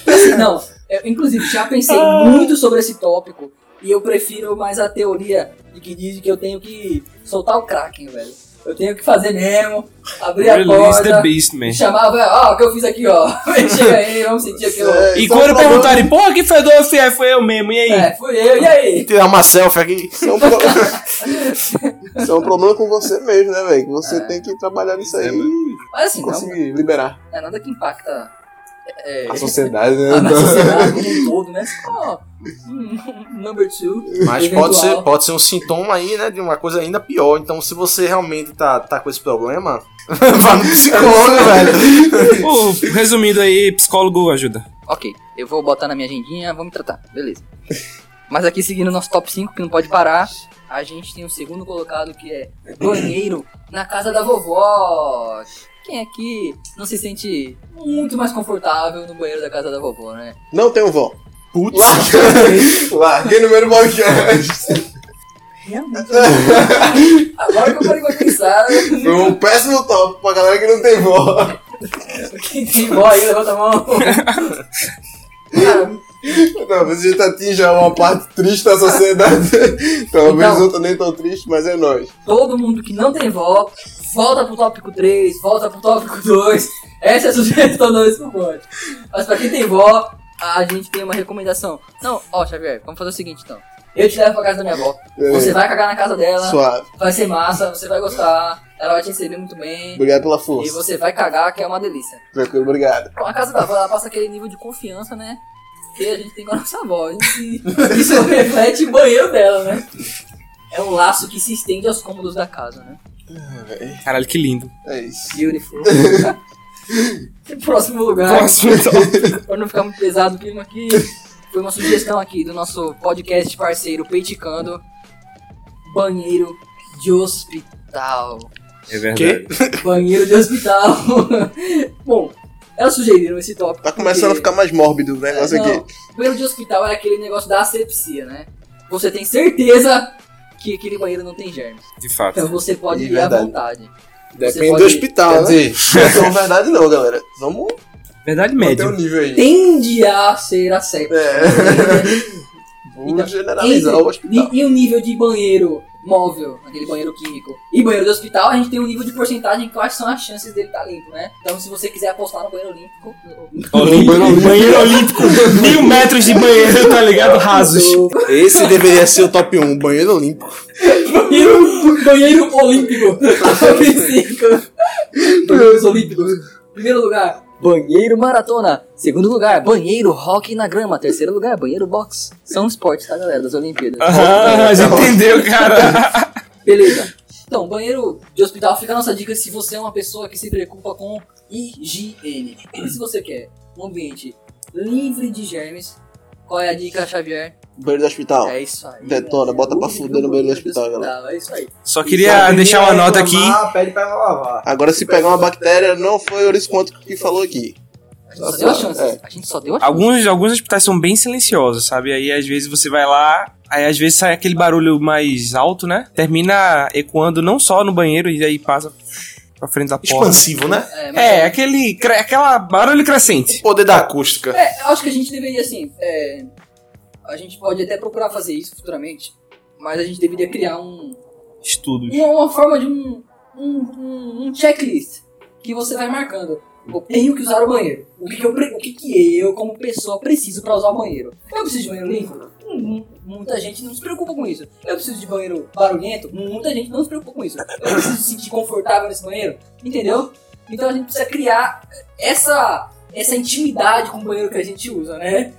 Assim, não, eu, inclusive, já pensei muito sobre esse tópico e eu prefiro mais a teoria de que diz que eu tenho que soltar o Kraken, velho. Eu tenho que fazer mesmo, abrir a
Release the
porta,
é beast, man.
chamar, velho, ó, o que eu fiz aqui, ó. Chega aí, vamos sentir aqui, ó.
É,
E
só
quando
um problema-
perguntarem, porra, que fedor se é? Foi eu mesmo, e aí?
É, fui eu, e aí?
Tirar uma selfie aqui.
Isso é, um pro... isso é um problema com você mesmo, né, velho? Que você
É.
tem que trabalhar nisso aí e
Mas assim, não,
conseguir liberar
não é nada que impacta. É,
a sociedade, né?
a nossa sociedade como um todo, né? Só um number two.
Mas
eventual.
pode ser, pode ser um sintoma aí, né? De uma coisa ainda pior. Então, se você realmente tá, tá com esse problema, vá no psicólogo, velho.
Pô, Uh, resumindo aí, psicólogo ajuda.
Ok, eu vou botar na minha agendinha, vamos tratar, beleza. Mas aqui seguindo o nosso top 5, que não pode parar, a gente tem o segundo colocado que é banheiro na casa da vovó. Quem aqui não se sente muito mais confortável no banheiro da casa da vovó, né?
Não tem um vó.
Putz.
Larguei no meio do podcast.
Realmente. Agora que eu parei pra pensar,
Foi um péssimo top pra galera que não tem vó.
quem tem vó aí, levanta a mão. Cara,
Não, você já atinge uma parte triste da sociedade. Talvez
Então-
outra nem tão triste, mas é nós.
todo mundo que não tem vó, volta pro tópico 3, volta pro tópico 2. Essa é a sugestão do Expo Mas pra quem tem vó, a gente tem uma recomendação. Não, ó, Xavier, vamos fazer o seguinte então. Eu te levo pra casa da minha avó.
Beleza.
Você vai cagar na casa dela,
É, Suave.
vai ser massa, você vai gostar, ela vai te receber muito bem.
Obrigado pela
E
força.
você vai cagar, que é uma delícia.
Tranquilo, obrigado.
Com a casa da avó, ela passa aquele nível de confiança, né? Que a gente tem com a nossa avó. E isso reflete o banheiro dela, né? É um laço que se estende aos cômodos da casa, né?
Caralho, que lindo.
É isso.
Beautiful. Próximo lugar.
Próximo
então.
pra não ficar muito pesado o clima aqui. Foi uma sugestão aqui do nosso podcast parceiro Peiticando. Banheiro de hospital.
É verdade.
Banheiro de hospital. Bom, elas sugeriram esse tópico.
Tá começando a
porque-
ficar mais mórbido o negócio
não,
aqui.
Banheiro de hospital é aquele negócio da asepsia, né? Você tem certeza que aquele banheiro não tem germes.
De fato.
Então você pode
É
ir à
verdade.
vontade.
Depende
pode-
do hospital, né?
Então, verdade não, galera. Vamos
Verdade
manter o
média.
nível aí.
Tende a ser asséptico. Então,
Vamos generalizar o
Entre-
hospital.
E, e o nível de banheiro móvel, aquele banheiro químico, e banheiro do hospital, a gente tem um nível de porcentagem quais são as chances dele estar limpo, né? Então, se você quiser apostar no banheiro limpo,
um Olímpico. Banheiro olímpico. Mil metros de banheiro, tá ligado? Rasos.
Esse deveria ser o top 1, banheiro olímpico.
banheiro, banheiro olímpico, top 5. Banheiros olímpicos. Primeiro lugar, banheiro maratona. Segundo lugar, banheiro rock na grama. Terceiro lugar, banheiro box. São esportes, tá, galera, das Olimpíadas.
Ah, já entendeu, cara.
Beleza. Então, banheiro de hospital, fica a nossa dica se você é uma pessoa que se preocupa com higiene. E se você quer um ambiente livre de germes, qual é a dica, Xavier?
Banheiro do hospital.
é isso aí.
detona,
galera.
bota pra
O
fuder no banheiro do hospital,
É isso aí.
Só queria deixar uma nota aqui.
Ah, Pede pra ela lavar.
Agora, se pegar uma bactéria, não foi o Ouriço Quanto que falou aqui.
A gente só deu a chance.
É.
A gente só deu a chance.
Alguns, alguns hospitais são bem silenciosos, sabe? Aí às vezes você vai lá, aí às vezes sai aquele barulho mais alto, né? Termina ecoando não só no banheiro e aí passa pra frente da porta.
Expansivo, né?
mas-
É, aquele, cre- aquela barulho crescente.
Poder da acústica.
É, eu acho que a gente deveria, assim, é, a gente pode até procurar fazer isso futuramente, mas a gente deveria criar um,
Estudos.
E é uma forma de um, um, um, um checklist que você vai marcando. Eu tenho que usar o banheiro. O que, que eu, pre- o que, que eu, como pessoa, preciso pra usar o banheiro? Eu preciso de banheiro limpo? Hum, Muita gente não se preocupa com isso. Eu preciso de banheiro barulhento? Hum, Muita gente não se preocupa com isso. Eu preciso me sentir confortável nesse banheiro? Entendeu? Então a gente precisa criar essa, essa intimidade com o banheiro que a gente usa, né?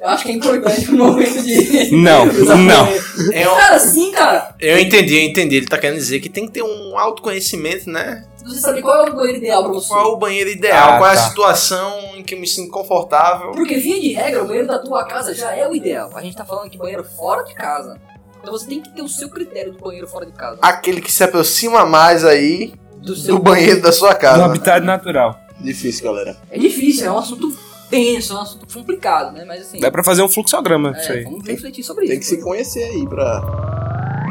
Eu acho que é importante no momento de.
Não,
usar
não.
banheiro.
Eu,
Cara, sim, cara.
eu entendi, eu entendi. Ele tá querendo dizer que tem que ter um autoconhecimento, né?
Você sabe qual é o banheiro ideal pra você?
Qual é o banheiro ideal,
Ah,
qual é
tá.
a situação em que eu me sinto confortável.
Porque via de regra, o banheiro da tua casa já é o ideal. A gente tá falando que banheiro fora de casa. Então você tem que ter o seu critério de banheiro fora de casa.
Aquele que se aproxima mais aí
Do seu
do banheiro da sua
No
casa.
habitat natural.
Difícil, galera.
É difícil, é um assunto tenso, é um assunto complicado, né? Mas assim,
Dá pra fazer um fluxograma isso
é,
aí.
vamos refletir sobre
Tem que
isso.
se conhecer aí pra.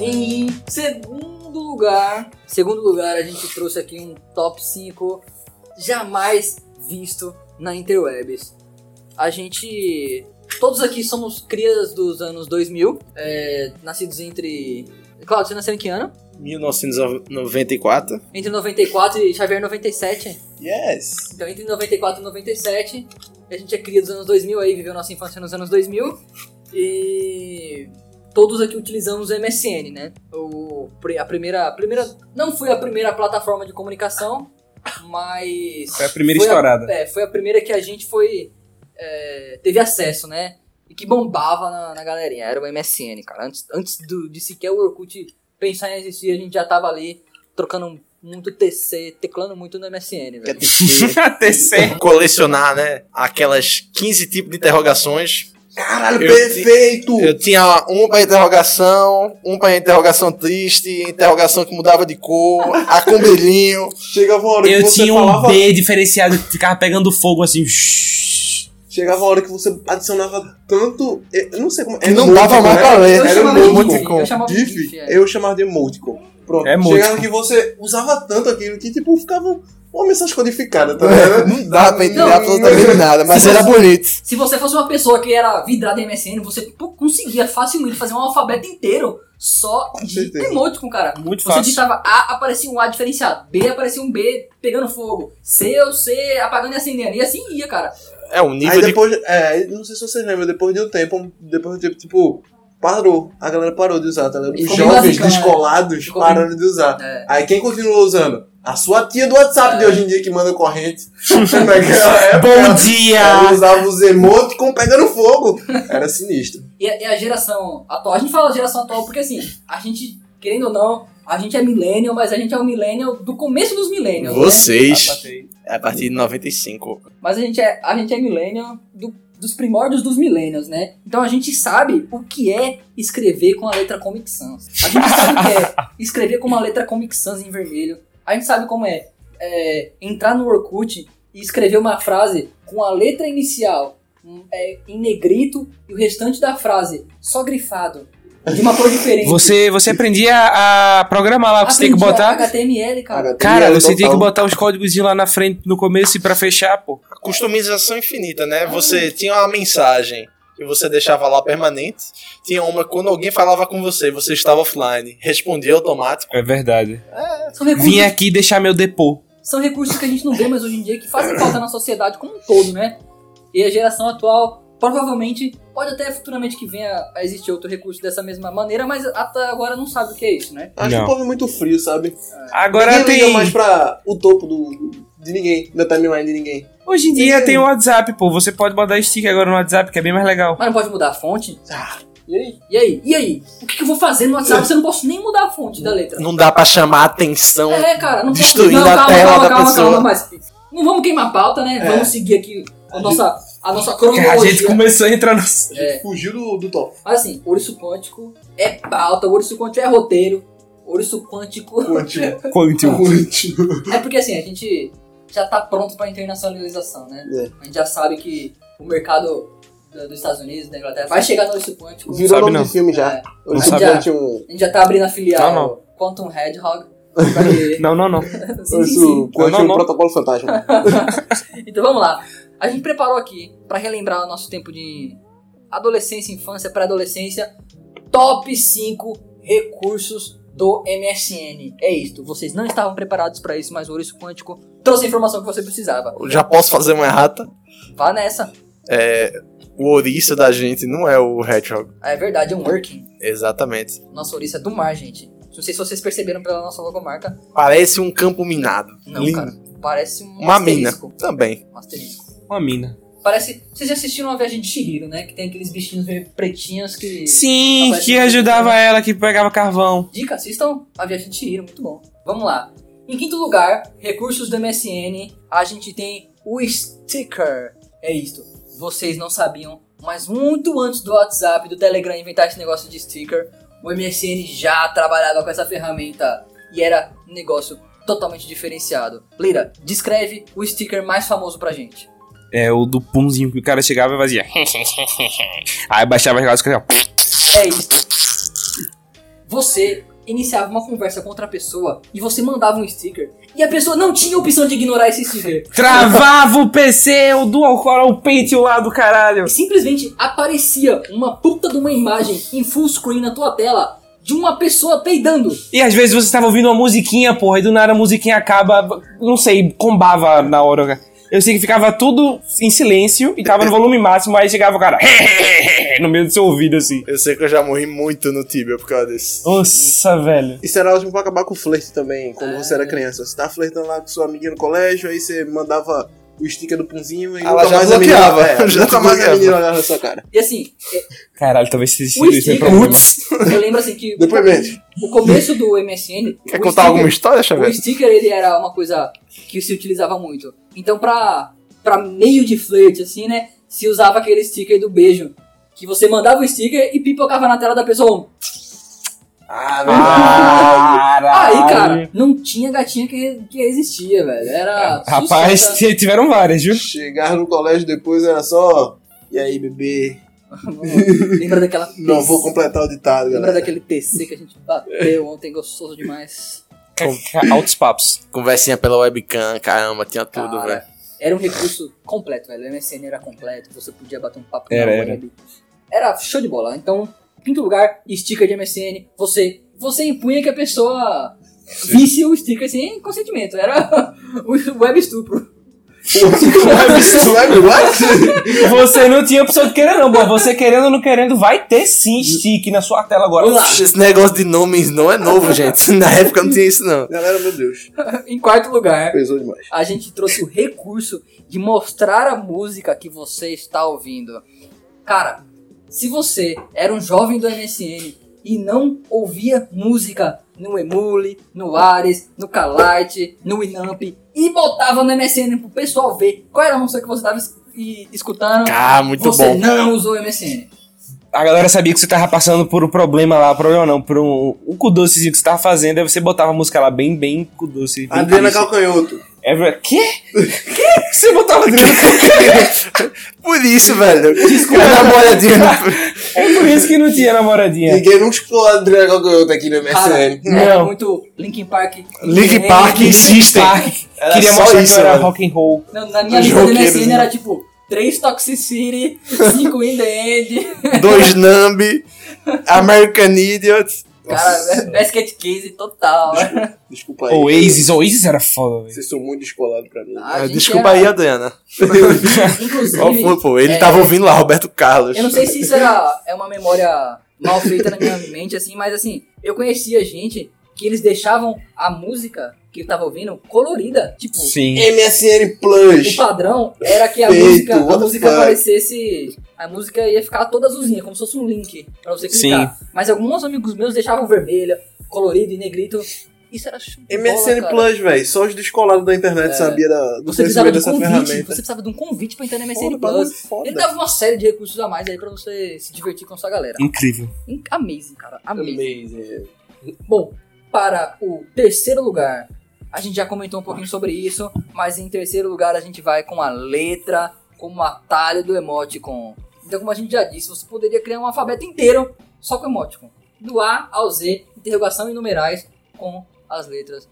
Em segundo lugar, segundo lugar, a gente trouxe aqui um top 5 jamais visto na interwebs. A gente todos aqui somos crias dos anos 2000, é, nascidos entre Claudio, você nasceu em que ano?
1994.
Entre 94 e Xavier 97.
Yes!
Então, entre 94 e 97, a gente é cria dos anos 2000 aí, viveu nossa infância nos anos 2000. E todos aqui utilizamos o MSN, né? O, pri- a primeira, a primeira... Não foi a primeira plataforma de comunicação, mas...
Foi a primeira
foi
estourada.
é, foi a primeira que a gente foi... é, teve acesso, né? E que bombava na, na galerinha. Era o MSN, cara. Antes, antes do- de sequer o Orkut pensar em existir, a gente já tava ali trocando muito TC, teclando muito no MSN, velho. um.
TC.
Colecionar, né? Aquelas 15 tipos de interrogações.
Caralho,
Eu-
perfeito!
Eu tinha um pra interrogação, um pra interrogação triste, interrogação que mudava de cor, a com brilhinho.
Chegava uma hora que
Eu
você
tinha um
falava.
D diferenciado que ficava pegando fogo assim.
Chegava uma hora que você adicionava tanto. Eu não sei como. É
Que não dava mais pra ler.
Eu
Era um
chamava de
emoticon.
GIF, eu chamava de
GIF,
GIF, é.
eu chamava de emoticon. Pronto.
É emoticon.
Chegava que você usava tanto aquilo que, tipo, ficava Uma mensagem codificada, tá ligado?
Não dá pra entender
Não.
absolutamente nada, mas era bonito.
Se você fosse uma pessoa que era vidrada em MSN, você pô, conseguia facilmente fazer um alfabeto inteiro só de
certeza.
emoticon, cara.
Muito
Você
fácil.
digitava A, aparecia um A diferenciado. B, aparecia um B pegando fogo. C, o C apagando e acendendo. E assim ia, cara.
É um nível
Aí
de
depois, é, não sei se vocês lembram, depois de um tempo, depois de um tempo, tipo, parou. A galera parou de usar, tá ligado? Os
Ficou
jovens
basicão, né?
descolados
Ficou
pararam de usar.
É.
Aí quem continuou usando? A sua tia do WhatsApp
É.
de hoje em dia que manda corrente. Naquela época,
um
Ah.
Bom
ela
dia!
usava os emotes com pegando fogo. Era sinistro.
E, a- e a geração atual. A gente fala geração atual porque assim, a gente, querendo ou não, a gente é millennial, mas a gente é um millennial do começo dos millennials. né?
Vocês. A partir de 95.
Mas a gente é, a gente é millennial do- dos primórdios dos millennials, né? Então a gente sabe o que é escrever com a letra Comic Sans. A gente sabe o que é escrever com uma letra Comic Sans em vermelho. A gente sabe como é, é, entrar no Orkut e escrever uma frase com a letra inicial hum, é, em negrito e o restante da frase só grifado, de uma cor diferente.
Você, você aprendia a programar lá, você tem que
Aprendi
botar.
HTML, cara.
Cara,
HTML
você tem que
total.
botar os códigos lá na frente no começo e pra fechar, pô.
Customização infinita, né? Você tinha uma mensagem que você deixava lá permanente. Tinha uma quando alguém falava com você, você estava offline. Respondia automático.
É verdade.
São recursos
Vim aqui deixar meu depô.
são recursos que a gente não vê mais hoje em dia que fazem falta na sociedade como um todo, né? E a geração atual provavelmente pode até futuramente que venha a existir outro recurso dessa mesma maneira, mas até agora não sabe o que é isso, né?
Acho que
Não.
o povo é muito frio, sabe?
Agora
ninguém liga
tem.
mais pra o topo do, do- de ninguém, da timeline de ninguém.
Hoje em dia tem o WhatsApp, pô. Você pode botar stick agora no WhatsApp, que é bem mais legal.
Mas não pode mudar a fonte?
E aí?
E aí? E aí? O que, que eu vou fazer no WhatsApp se eu não posso nem mudar a fonte da letra?
Não dá pra chamar a atenção.
É, cara, não posso.
Destruindo
não,
a
calma,
tela
calma,
da
calma,
pessoa. É.
calma, mas não vamos queimar a pauta, né? Vamos seguir aqui a, nossa, a nossa
Porque a
cronologia.
né?
gente começou a entrar no.
É.
Fugiu do, do topo.
Mas assim, Urso Quântico é pauta, Urso Quântico é roteiro, Urso Quântico...
Contínuo.
Quanto?
Contínuo.
É porque assim, a gente já tá pronto pra internacionalização, né?
É.
A gente já sabe que o mercado do- dos Estados Unidos, da Inglaterra, vai chegar no urso quântico.
Virou
Sabe
nome
não.
de filme já.
É,
Eu um-
sabe
sou
não.
Contínuo.
a gente já tá abrindo a filial
Não, não.
Quantum Hedgehog. pra que-
Não, não, não.
sim,
Eu
sim,
sou
sim.
Não, não.
Contínuo Protocolo Fantasma.
Então vamos lá. A gente preparou aqui, pra relembrar o nosso tempo de adolescência, infância, pré-adolescência, top 5 recursos do MSN. É isto. Vocês não estavam preparados pra isso, mas o Urso Quântico trouxe a informação que você precisava.
Já posso fazer uma errata?
Vá nessa.
O ouriço da gente não é o Hedgehog.
É verdade, é um working.
Exatamente.
Nossa ouriça é do mar, gente. Não sei se vocês perceberam pela nossa logomarca.
Parece um campo minado.
Não,
Lindo.
cara. Parece um
Uma mina.
asterisco.
Também.
Um asterisco.
Uma mina.
Tá
Parece. Vocês já assistiram a viagem de Shihiro, né? Que tem aqueles bichinhos meio pretinhos que.
Sim,
Rapaz,
que
que-
ajudava
né?
ela, que pegava carvão.
Dica, assistam a viagem de Shihiro, muito bom. Vamos lá. Em quinto lugar, recursos do MSN, a gente tem o sticker. É isto. Vocês não sabiam, mas muito antes do WhatsApp, do Telegram inventar esse negócio de sticker, o MSN já trabalhava com essa ferramenta e era um negócio totalmente diferenciado. Lira, descreve o sticker mais famoso pra gente.
É o do punzinho que o cara chegava e fazia. Aí baixava as calças e ficava,
É isso. Você iniciava uma conversa com outra pessoa e você mandava um sticker e a pessoa não tinha opção de ignorar esse sticker.
Travava o PC, o Dual Core, o Paint lá do caralho.
E simplesmente aparecia uma puta de uma imagem em full screen na tua tela de uma pessoa peidando.
E às vezes você tava ouvindo uma musiquinha, porra, e do nada a musiquinha acaba, não sei, combava na hora. né? Eu sei que ficava tudo em silêncio e tava no volume máximo, aí chegava o cara no meio do seu ouvido assim.
Eu sei que eu já morri muito no Tibia por causa desse.
Nossa, velho.
Isso era ótimo pra acabar com o flerte também, quando você era criança. Você tava flertando lá com sua amiguinha no colégio, aí você mandava o sticker do punzinho e
Ela já
a menina-
bloqueava,
é,
já
nunca mais a
bloqueava.
menina olhava na sua cara.
E assim, é,
Caralho, talvez
o
se existisse isso é
sticker.
problema.
Eu lembro assim que
Depois mesmo.
o começo do MSN.
Quer
o
contar
sticker-
alguma história,
O
Xavier?
sticker ele era uma coisa que se utilizava muito. Então pra, pra meio de flerte, assim, né? Se usava aquele sticker do beijo. Que você mandava o sticker e pipocava na tela da pessoa. um. Aí,
Ah,
Caralho.
cara, não tinha gatinha que, que existia, velho. Era.
Rapaz,
sucesso.
tiveram várias, viu?
Chegar no colégio depois era só. E aí, bebê?
Lembra daquela.
Não vou completar o ditado,
Lembra
galera.
daquele TC que a gente bateu ontem, gostoso demais.
Altos papos.
Conversinha pela webcam, caramba, tinha tudo,
Cara,
velho.
Era um recurso completo, velho. O MSN era completo, você podia bater um papo
Era,
na web. Era show de bola. Então, quinto lugar, sticker de MSN. Você, você impunha que a pessoa visse o sticker sem consentimento. Era o web estupro.
Você não tinha opção de querer, não, boa. Você querendo ou não querendo, vai ter sim stick na sua tela agora.
Esse negócio de nomes não é novo, gente. Na época não tinha isso, não.
Galera, meu Deus,
em quarto lugar,
pesou demais.
a gente trouxe o recurso de mostrar a música que você está ouvindo. Cara, se você era um jovem do MSN e não ouvia música no Emule, no Ares, no Calite, no Inamp e botava no MSN pro pessoal ver qual era a música que você estava escutando,
Ah, muito
você
bom.
não usou o MSN.
A galera sabia que você tava passando por um problema lá, problema não, por um, um cu docezinho que você tava fazendo, aí você botava a música lá bem, bem cu doce. Bem
Adriana
triste.
Calcanhoto.
Every... Quê? Quê? Você botava Adriana Calcanhoto?
Por isso, velho. Desculpa. namoradinha no...
É por isso que não tinha namoradinha.
Ninguém nunca explorou a Adriana Calcanhoto aqui no MSN.
era
Não.
é muito Linkin Park.
Link
MSN.
Park insistem.
Park.
Era
Queria
só
mostrar
isso,
que eu era
mano.
rock and roll.
Na, na minha
Os
lista do
roqueiros,
MSN
né?
era tipo 3 Toxicity, 5 In The End,
Dois Nambi. American Idiot.
cara, é Basket Case total.
Desculpa aí.
Oasis, Oasis era foda, velho.
Vocês são muito descolados pra mim.
A
Ah,
gente
Desculpa
era-
aí, Adriana. Qual foi,
Inclusive,
pô? Ele
é,
tava ouvindo lá Roberto Carlos.
eu não sei se isso era, é uma memória mal feita na minha mente, assim, mas assim, eu conhecia gente que eles deixavam a música que eu tava ouvindo colorida. Tipo,
Sim.
MSN
o
Plus.
padrão era que a
Feito,
música, a
what the
música
fuck?
aparecesse. A música ia ficar toda azulzinha, como se fosse um link pra você clicar. Mas alguns amigos meus deixavam vermelha, colorido e negrito. Isso era show de bola,
MSN
cara.
Plus, velho. Só os descolados da internet sabia da, do
Você precisava de um
conhecimento dessa
convite. Você
ferramenta.
precisava de um convite pra entrar na
Foda,
MSN
bagulho
Plus.
foda.
Ele tá dava uma série de recursos a mais aí pra você se divertir com sua galera.
Incrível.
Amazing, cara.
tá
Amazing. Bom, para o terceiro lugar, a gente já comentou um pouquinho sobre isso, mas em terceiro lugar a gente vai com a letra como atalho do emoticon. Então, como a gente já disse, você poderia criar um alfabeto inteiro só com emoticon. Do A ao Z, interrogação e numerais com as letras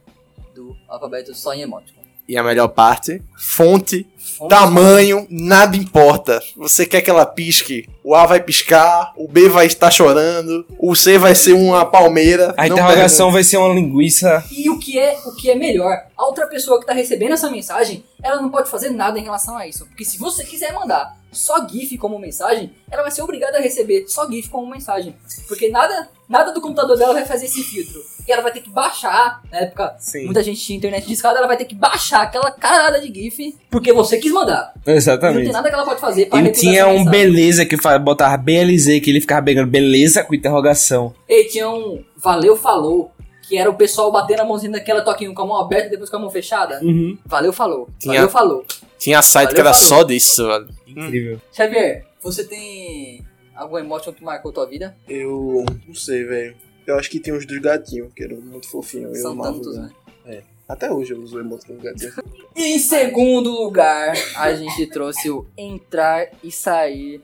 do alfabeto só em emoticon.
E a melhor parte? Fonte,
Vamos-
Tá tamanho, nada importa. Você quer que ela pisque? O A vai piscar, o B vai estar chorando, o C vai ser uma palmeira.
A
não
interrogação vai ser uma linguiça.
E o que é o que é melhor, a outra pessoa que tá recebendo essa mensagem, ela não pode fazer nada em relação a isso. Porque se você quiser mandar só GIF como mensagem, ela vai ser obrigada a receber só GIF como mensagem. Porque nada, nada do computador dela vai fazer esse filtro. E ela vai ter que baixar, na época,
Sim.
muita gente tinha internet discada, ela vai ter que baixar aquela carada de GIF porque você quis mandar. E não tem
Exatamente.
nada que ela pode fazer pra
Ele
recusar
tinha
essa
um
mensagem.
beleza que fa- botava BLZ, que ele ficava pegando beleza com interrogação.
E tinha um valeu, falou. Que era o pessoal batendo a mãozinha naquela toquinha com a mão aberta e depois com a mão fechada.
Uhum.
Valeu, falou.
Tinha-
Valeu, falou.
Tinha site
que
que
era
era
Valeu,
só disso, velho.
Hum.
Incrível.
Xavier, você tem algum emotion que marcou tua vida?
Eu não sei, velho. Eu acho que tem os dos gatinhos, que eram muito fofinhos. Eu
São
amava.
tantos, né?
Até hoje eu uso o emoji dos gatinhos.
Em segundo lugar, a gente trouxe o entrar e sair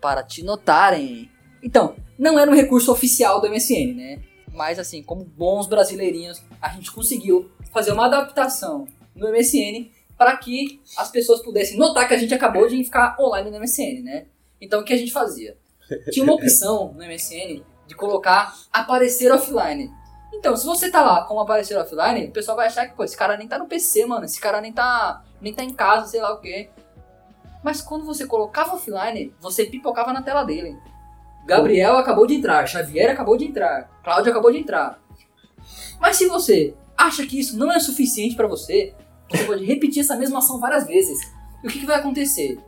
para te notarem. Então, não era um recurso oficial do MSN, né? Mas assim, como bons brasileirinhos, a gente conseguiu fazer uma adaptação no MSN para que as pessoas pudessem notar que a gente acabou de ficar online no MSN, né? Então, o que a gente fazia? Tinha uma opção no MSN de colocar aparecer offline. Então, se você tá lá como aparecer offline, o pessoal vai achar que, pô, esse cara nem tá no PC, mano. Esse cara nem tá, nem tá em casa, sei lá o quê. Mas quando você colocava offline, você pipocava na tela dele. Gabriel acabou de entrar, Xavier acabou de entrar, Cláudio acabou de entrar. Mas se você acha que isso não é suficiente pra você, você pode repetir essa mesma ação várias vezes. E o que, que vai acontecer?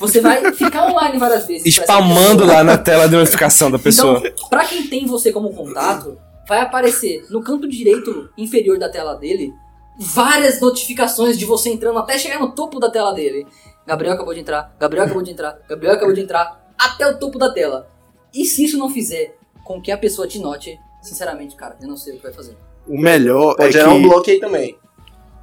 Você vai ficar online várias vezes. pra essa
Spamando
pessoa.
lá na tela de notificação da pessoa.
Então, pra quem tem você como contato, vai aparecer no canto direito inferior da tela dele várias notificações de você entrando até chegar no topo da tela dele. Gabriel acabou de entrar, Gabriel acabou de entrar, Gabriel acabou de entrar, até o topo da tela. E se isso não fizer com que a pessoa te note, sinceramente, cara, eu não sei o que vai fazer.
O melhor
Pode
é
gerar
que...
um bloco aí também.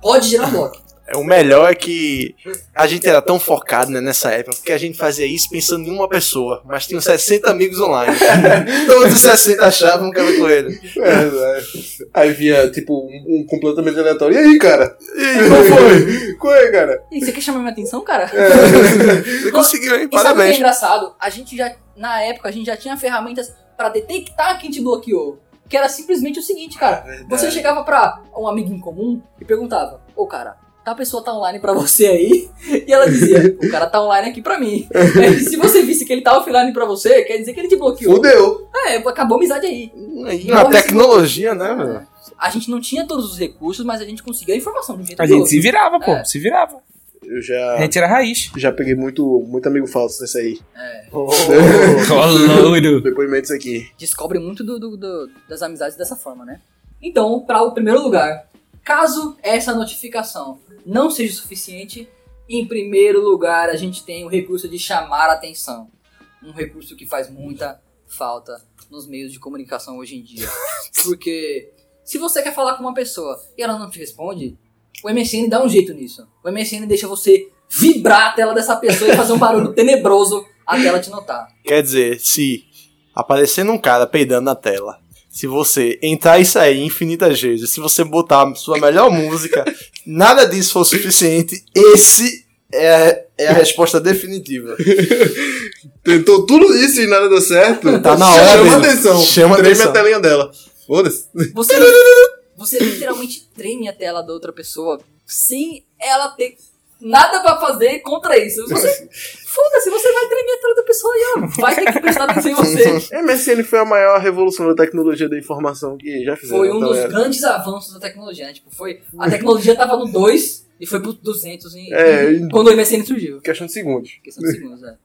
Pode gerar um bloco.
O melhor é que a gente era tão focado né, nessa época, porque a gente fazia isso pensando em uma pessoa, mas tinha uns 60 amigos online. Todos os 60 achavam que era o coelho.
É, aí via, tipo, um, um completamente aleatório. E aí, cara?
E aí, qual foi?
Qual é, cara?
Ih, Você quer chamar minha atenção, cara?
É. Você conseguiu, hein?
E sabe o que é
Parabéns.
engraçado? A gente já, na época, a gente já tinha ferramentas pra detectar quem te bloqueou. Que era simplesmente o seguinte, cara.
É
você chegava pra um amigo em comum e perguntava, ô cara, tá a pessoa tá online pra você aí? E ela dizia, o cara tá online aqui pra mim. Aí, se você visse que ele tá offline pra você, quer dizer que ele te bloqueou.
Fudeu.
É, acabou a amizade aí.
Na tecnologia, né, velho?
A gente não tinha todos os recursos, mas a gente conseguia a informação de um jeito
A
ou de
gente
outro.
se virava, pô.
É.
Se virava.
Eu
A
já,
gente era raiz.
já peguei muito, muito amigo falso nessa aí.
Colouro.
Depoimentos aqui.
descobre muito do- do- do- das amizades dessa forma, né? Então, para o primeiro lugar, caso essa notificação não seja suficiente, em primeiro lugar a gente tem o recurso de chamar a atenção. Um recurso que faz muita falta nos meios de comunicação hoje em dia. Porque se você quer falar com uma pessoa e ela não te responde, o MSN dá um jeito nisso. O MSN deixa você vibrar a tela dessa pessoa e fazer um barulho tenebroso até ela te notar.
Quer dizer, se aparecendo um cara peidando na tela, se você entrar e sair infinitas vezes, se você botar a sua melhor música, nada disso for suficiente, esse é, é a resposta definitiva.
Tentou tudo isso e nada deu certo.
Tá na hora,
Chama
Pedro.
atenção.
Chama
Treme
atenção.
a telinha dela. Foda-se.
Você, você literalmente treme a tela da outra pessoa sem ela ter nada pra fazer contra isso. Você, foda-se, você vai tremer a tela da pessoa e ela vai ter que prestar atenção em você.
MSN foi a maior revolução da tecnologia da informação que já fizeram.
Foi um
tá
dos
ligado?
grandes avanços da tecnologia, né? Tipo, foi, a tecnologia tava no 2 e foi pro 200 em,
É, em-
quando o MSN surgiu.
Questão de segundos.
Questão de segundos, é.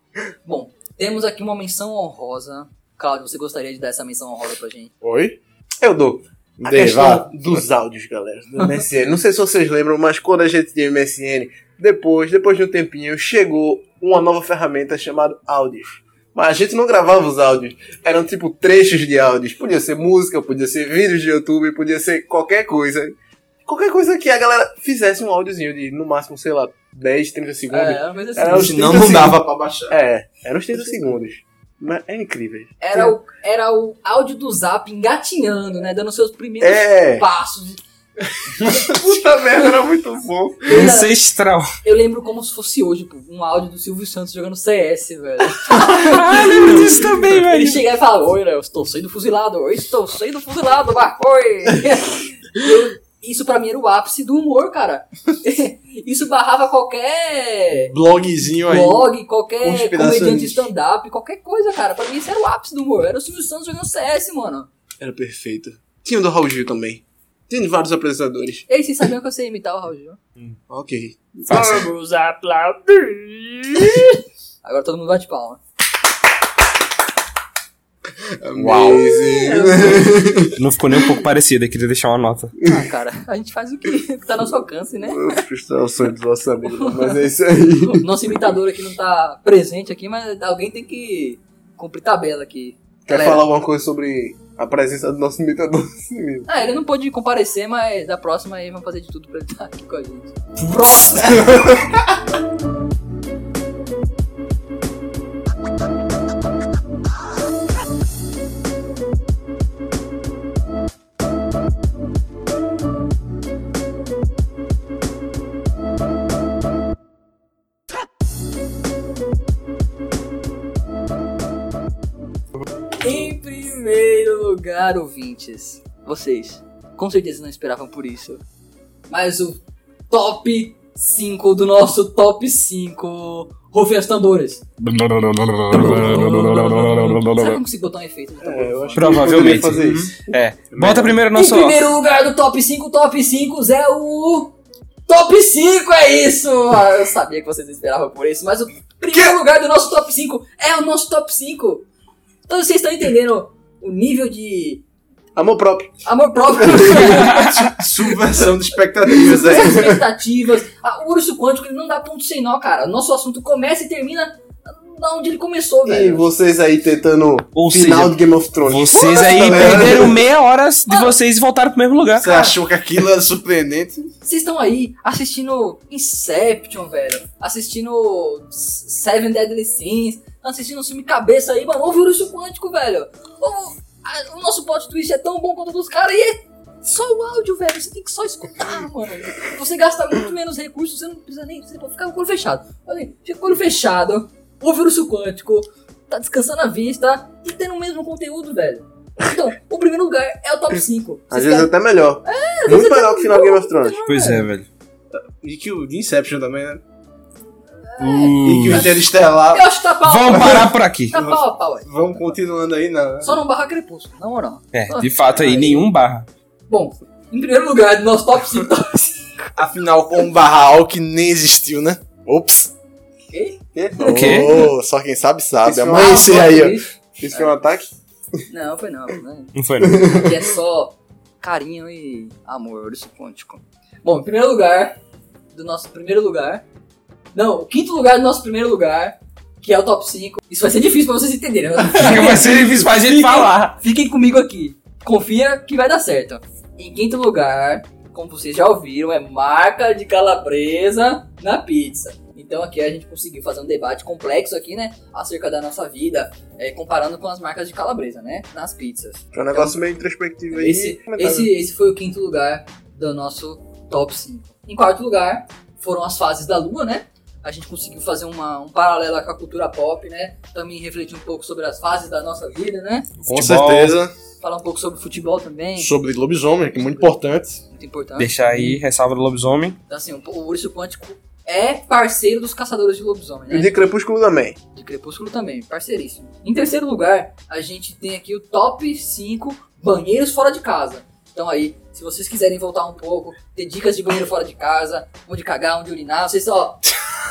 Bom, temos aqui uma menção honrosa. Claudio, você gostaria de dar essa menção honrosa pra gente?
Oi?
Eu dou. A
Dei,
questão dos áudios, galera, né? do MSN. Não sei se vocês lembram, mas quando a gente tinha MSN, depois, depois de um tempinho, chegou uma nova ferramenta chamada áudios. Mas a gente não gravava os áudios. Eram tipo trechos de áudios. Podia ser música, podia ser vídeos de YouTube, podia ser qualquer coisa. Qualquer coisa que a galera fizesse um áudiozinho de, no máximo, sei lá, 10, 30
É,
segundos.
era uma coisa assim.
Era os
Senão
30
não dava
segundos.
pra baixar.
É, eram os 30 segundos. Mas é incrível.
Era o, era o áudio do Zap engatinhando, né? Dando seus primeiros
É.
passos.
Puta merda, era muito bom.
Ancestral.
Eu lembro como se fosse hoje, pô, um áudio do Silvio Santos jogando CS, velho.
Ah, lembro disso também,
Ele
velho.
chega e fala, oi, né? Eu estou sendo fuzilado, eu estou sendo fuzilado, mas oi! Eu- Isso pra mim era o ápice do humor, cara. Isso barrava qualquer
Blogzinho aí.
blog, qualquer
Conspiracionista.
comediante stand-up, qualquer coisa, cara. Pra mim isso era o ápice do humor. Era o Silvio Santos jogando CS, mano.
Era perfeito. Tinha o do Raul Gil também. Tinha de vários apresentadores.
Ei, vocês sabiam que eu sei imitar o Raul Gil?
Ok.
Vamos aplaudir! Agora todo mundo bate palma.
Uau.
Não ficou nem um pouco parecido, eu queria deixar uma nota.
Ah, cara, a gente faz o que, o que tá ao nosso alcance, né?
Frustrações dos nossos amigos, mas é isso aí.
O Nosso imitador aqui não tá presente aqui, mas alguém tem que cumprir tabela aqui.
Quer
Galera.
falar alguma coisa sobre a presença do nosso imitador? Sim, mesmo.
Ah, ele não pôde comparecer, mas da próxima aí vamos fazer de tudo pra ele estar aqui com a gente. Em primeiro lugar, ouvintes, vocês com certeza não esperavam por isso. Mas o top 5 do nosso top 5 Rufias Tambores. Será que eu consigo botar um efeito? de tambor?
É, eu acho
Provavelmente.
que eu
Uhum.
poderia fazer isso.
É. Bota primeiro o
Em
nosso.
primeiro lugar do top 5, top 5 é o. Top 5 é isso! Ah, Eu sabia que vocês esperavam por isso, mas o primeiro lugar do nosso top 5 é o nosso top 5. Então vocês estão entendendo o nível de
Amor próprio.
amor próprio,
Subversão de expectativas né?
as
aí.
expectativas. Ah, o urso quântico ele não dá ponto sem nó, cara. Nosso assunto começa e termina da onde ele começou,
E
velho.
vocês aí tentando
Ou
final
seja,
de Game of Thrones.
Vocês aí
Tá ligado?
perderam meia hora de vocês e voltaram pro mesmo lugar.
Você achou que aquilo era surpreendente?
Vocês estão aí assistindo Inception, velho. Assistindo S- Seven Deadly Sins. Assistindo um filme cabeça aí, mano. Ouve o Urso Quântico, velho. Ou- a- O nosso plot twist é tão bom quanto o dos caras e é só o áudio, velho. Você tem que só escutar, mano. Você gasta muito menos recursos, você não precisa nem. Você pode ficar com o olho fechado. Olha aí, fica com o olho fechado. Ouve o Urso Quântico. Tá descansando a vista. E tendo o mesmo conteúdo, velho. Então, o primeiro lugar é o top 5.
Às vezes é até melhor.
Ah,
Muito
tá
melhor que o final de Game of Thrones.
Pois é, velho.
E que o de Inception também, né? E
Hum.
que o Interestelar.
Eu acho que tá pau.
Vamos parar por aqui.
Tá pau a pau, é.
Vamos continuando aí na.
Só não barra crepúsculo, na moral.
É, de fato aí, nenhum barra.
Bom, em primeiro lugar, do nosso top 5.
Afinal, com um barral que nem existiu, né? Ops.
Ok?
O quê? é um
Oh, só quem sabe sabe.
Isso
Amanhã esse aí, ó.
Isso.
Isso foi um ataque?
Não, foi não. né?
Não foi, não.
Aqui é só carinho e amor do Supontico. Bom, em primeiro lugar, do nosso primeiro lugar. Não, o quinto lugar do nosso primeiro lugar, que é o top 5. Isso vai ser difícil pra vocês entenderem. né? mas
Porque vai ser difícil pra gente falar.
Fiquem comigo aqui. Confia que vai dar certo. Em quinto lugar, como vocês já ouviram, é marca de calabresa na pizza. Então aqui a gente conseguiu fazer um debate complexo aqui, né? Acerca da nossa vida, eh, comparando com as marcas de calabresa, né? Nas pizzas.
Foi um negócio meio introspectivo aí. é tá
Esse, esse, esse foi o quinto lugar do nosso top 5. Em quarto lugar, foram as fases da lua, né? A gente conseguiu fazer uma, um paralelo com a cultura pop, né? Também refletir um pouco sobre as fases da nossa vida, né?
Com
Futebol.
certeza.
Falar um pouco sobre futebol também.
Sobre lobisomem, que é muito importante.
muito importante.
Deixar aí, ressalva do lobisomem.
Então, assim, o o urso quântico é parceiro dos caçadores de lobisomem,
E
né?
de Crepúsculo também.
De Crepúsculo também, parceiríssimo. Em terceiro lugar, a gente tem aqui o top 5 banheiros fora de casa. Então aí, se vocês quiserem voltar um pouco, ter dicas de banheiro fora de casa, onde cagar, onde urinar, vocês ó.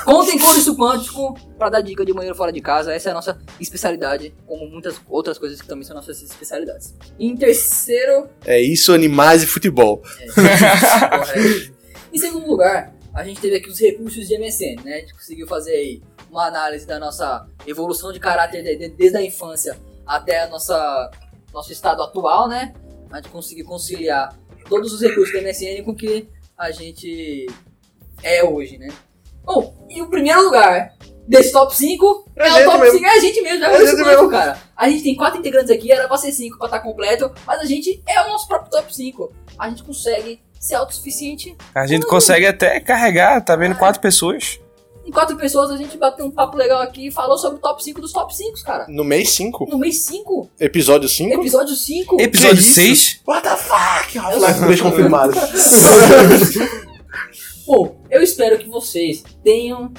Contem com o urso quântico pra dar dica de banheiro fora de casa. Essa é a nossa especialidade, como muitas outras coisas que também são nossas especialidades. E em terceiro
É isso, animais e futebol.
É, Correto. em segundo lugar, a gente teve aqui os recursos de MSN, né? A gente conseguiu fazer aí uma análise da nossa evolução de caráter de- de- desde a infância até a nossa nosso estado atual, né? A gente conseguiu conciliar todos os recursos do MSN com o que a gente é hoje, né? Bom, e o primeiro lugar desse top 5 é,
É a
o
gente
top
mesmo.
5, é a gente mesmo, é,
É a
o
gente
gente
mesmo.
cara. A gente tem quatro integrantes aqui, era pra ser 5 pra estar completo, mas a gente é o nosso próprio top 5. A gente consegue ser autossuficiente.
A gente consegue até carregar, tá vendo? Quatro pessoas.
Em quatro pessoas a gente bateu um papo legal aqui e falou sobre o top 5 dos top 5, cara.
No mês 5?
No mês 5,
Episódio 5?
episódio 5.
Episódio 6.
What the fuck, Half-Life 2 confirmado.
Bom, eu espero que vocês tenham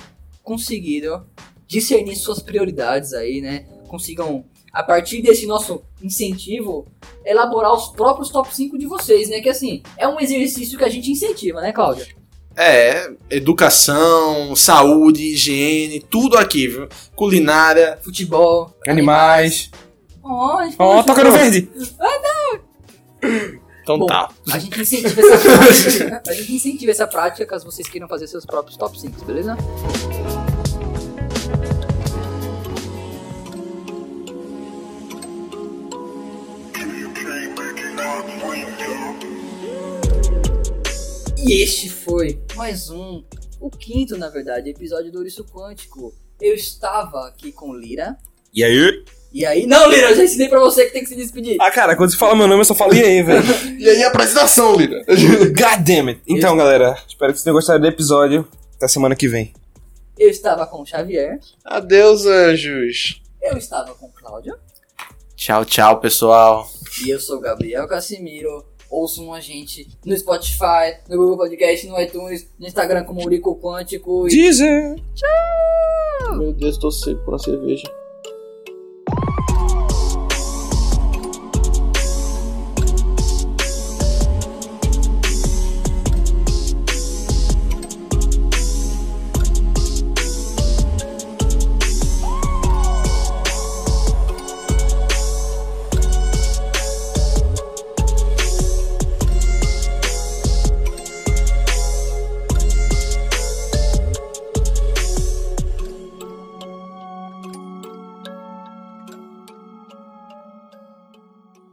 conseguido discernir suas prioridades aí, né? Consigam, a partir desse nosso incentivo, elaborar os próprios top 5 de vocês, né? Que assim, é um exercício que a gente incentiva, né, Cláudia?
É, educação, saúde, higiene, tudo aqui, viu? Culinária.
Futebol.
Animais.
Ó, a gente
Ó,
falou de
toca no
futebol.
verde.
Então
Bom,
tá.
A gente incentiva essa prática. A gente incentiva essa prática caso vocês queiram fazer seus próprios top 5, beleza? E este foi mais um, o quinto, na verdade, episódio do Ouriço Quântico. Eu estava aqui com Lira.
E aí?
E aí. Não, Lira, eu já ensinei pra você que tem que se despedir.
Ah, cara, quando você fala meu nome, eu só falo e aí, velho.
e aí a apresentação, Lira.
God damn it. Então, galera, espero que vocês tenham gostado do episódio. Até semana que vem.
Eu estava com o Xavier.
Adeus, anjos.
Eu estava com o Cláudio.
Tchau, tchau, pessoal.
E eu sou o Gabriel Casimiro. Ouçam a gente no Spotify, no Google Podcast, no iTunes, no Instagram como Urico Quântico. E
Dizem.
Meu Deus, tô seco por uma cerveja.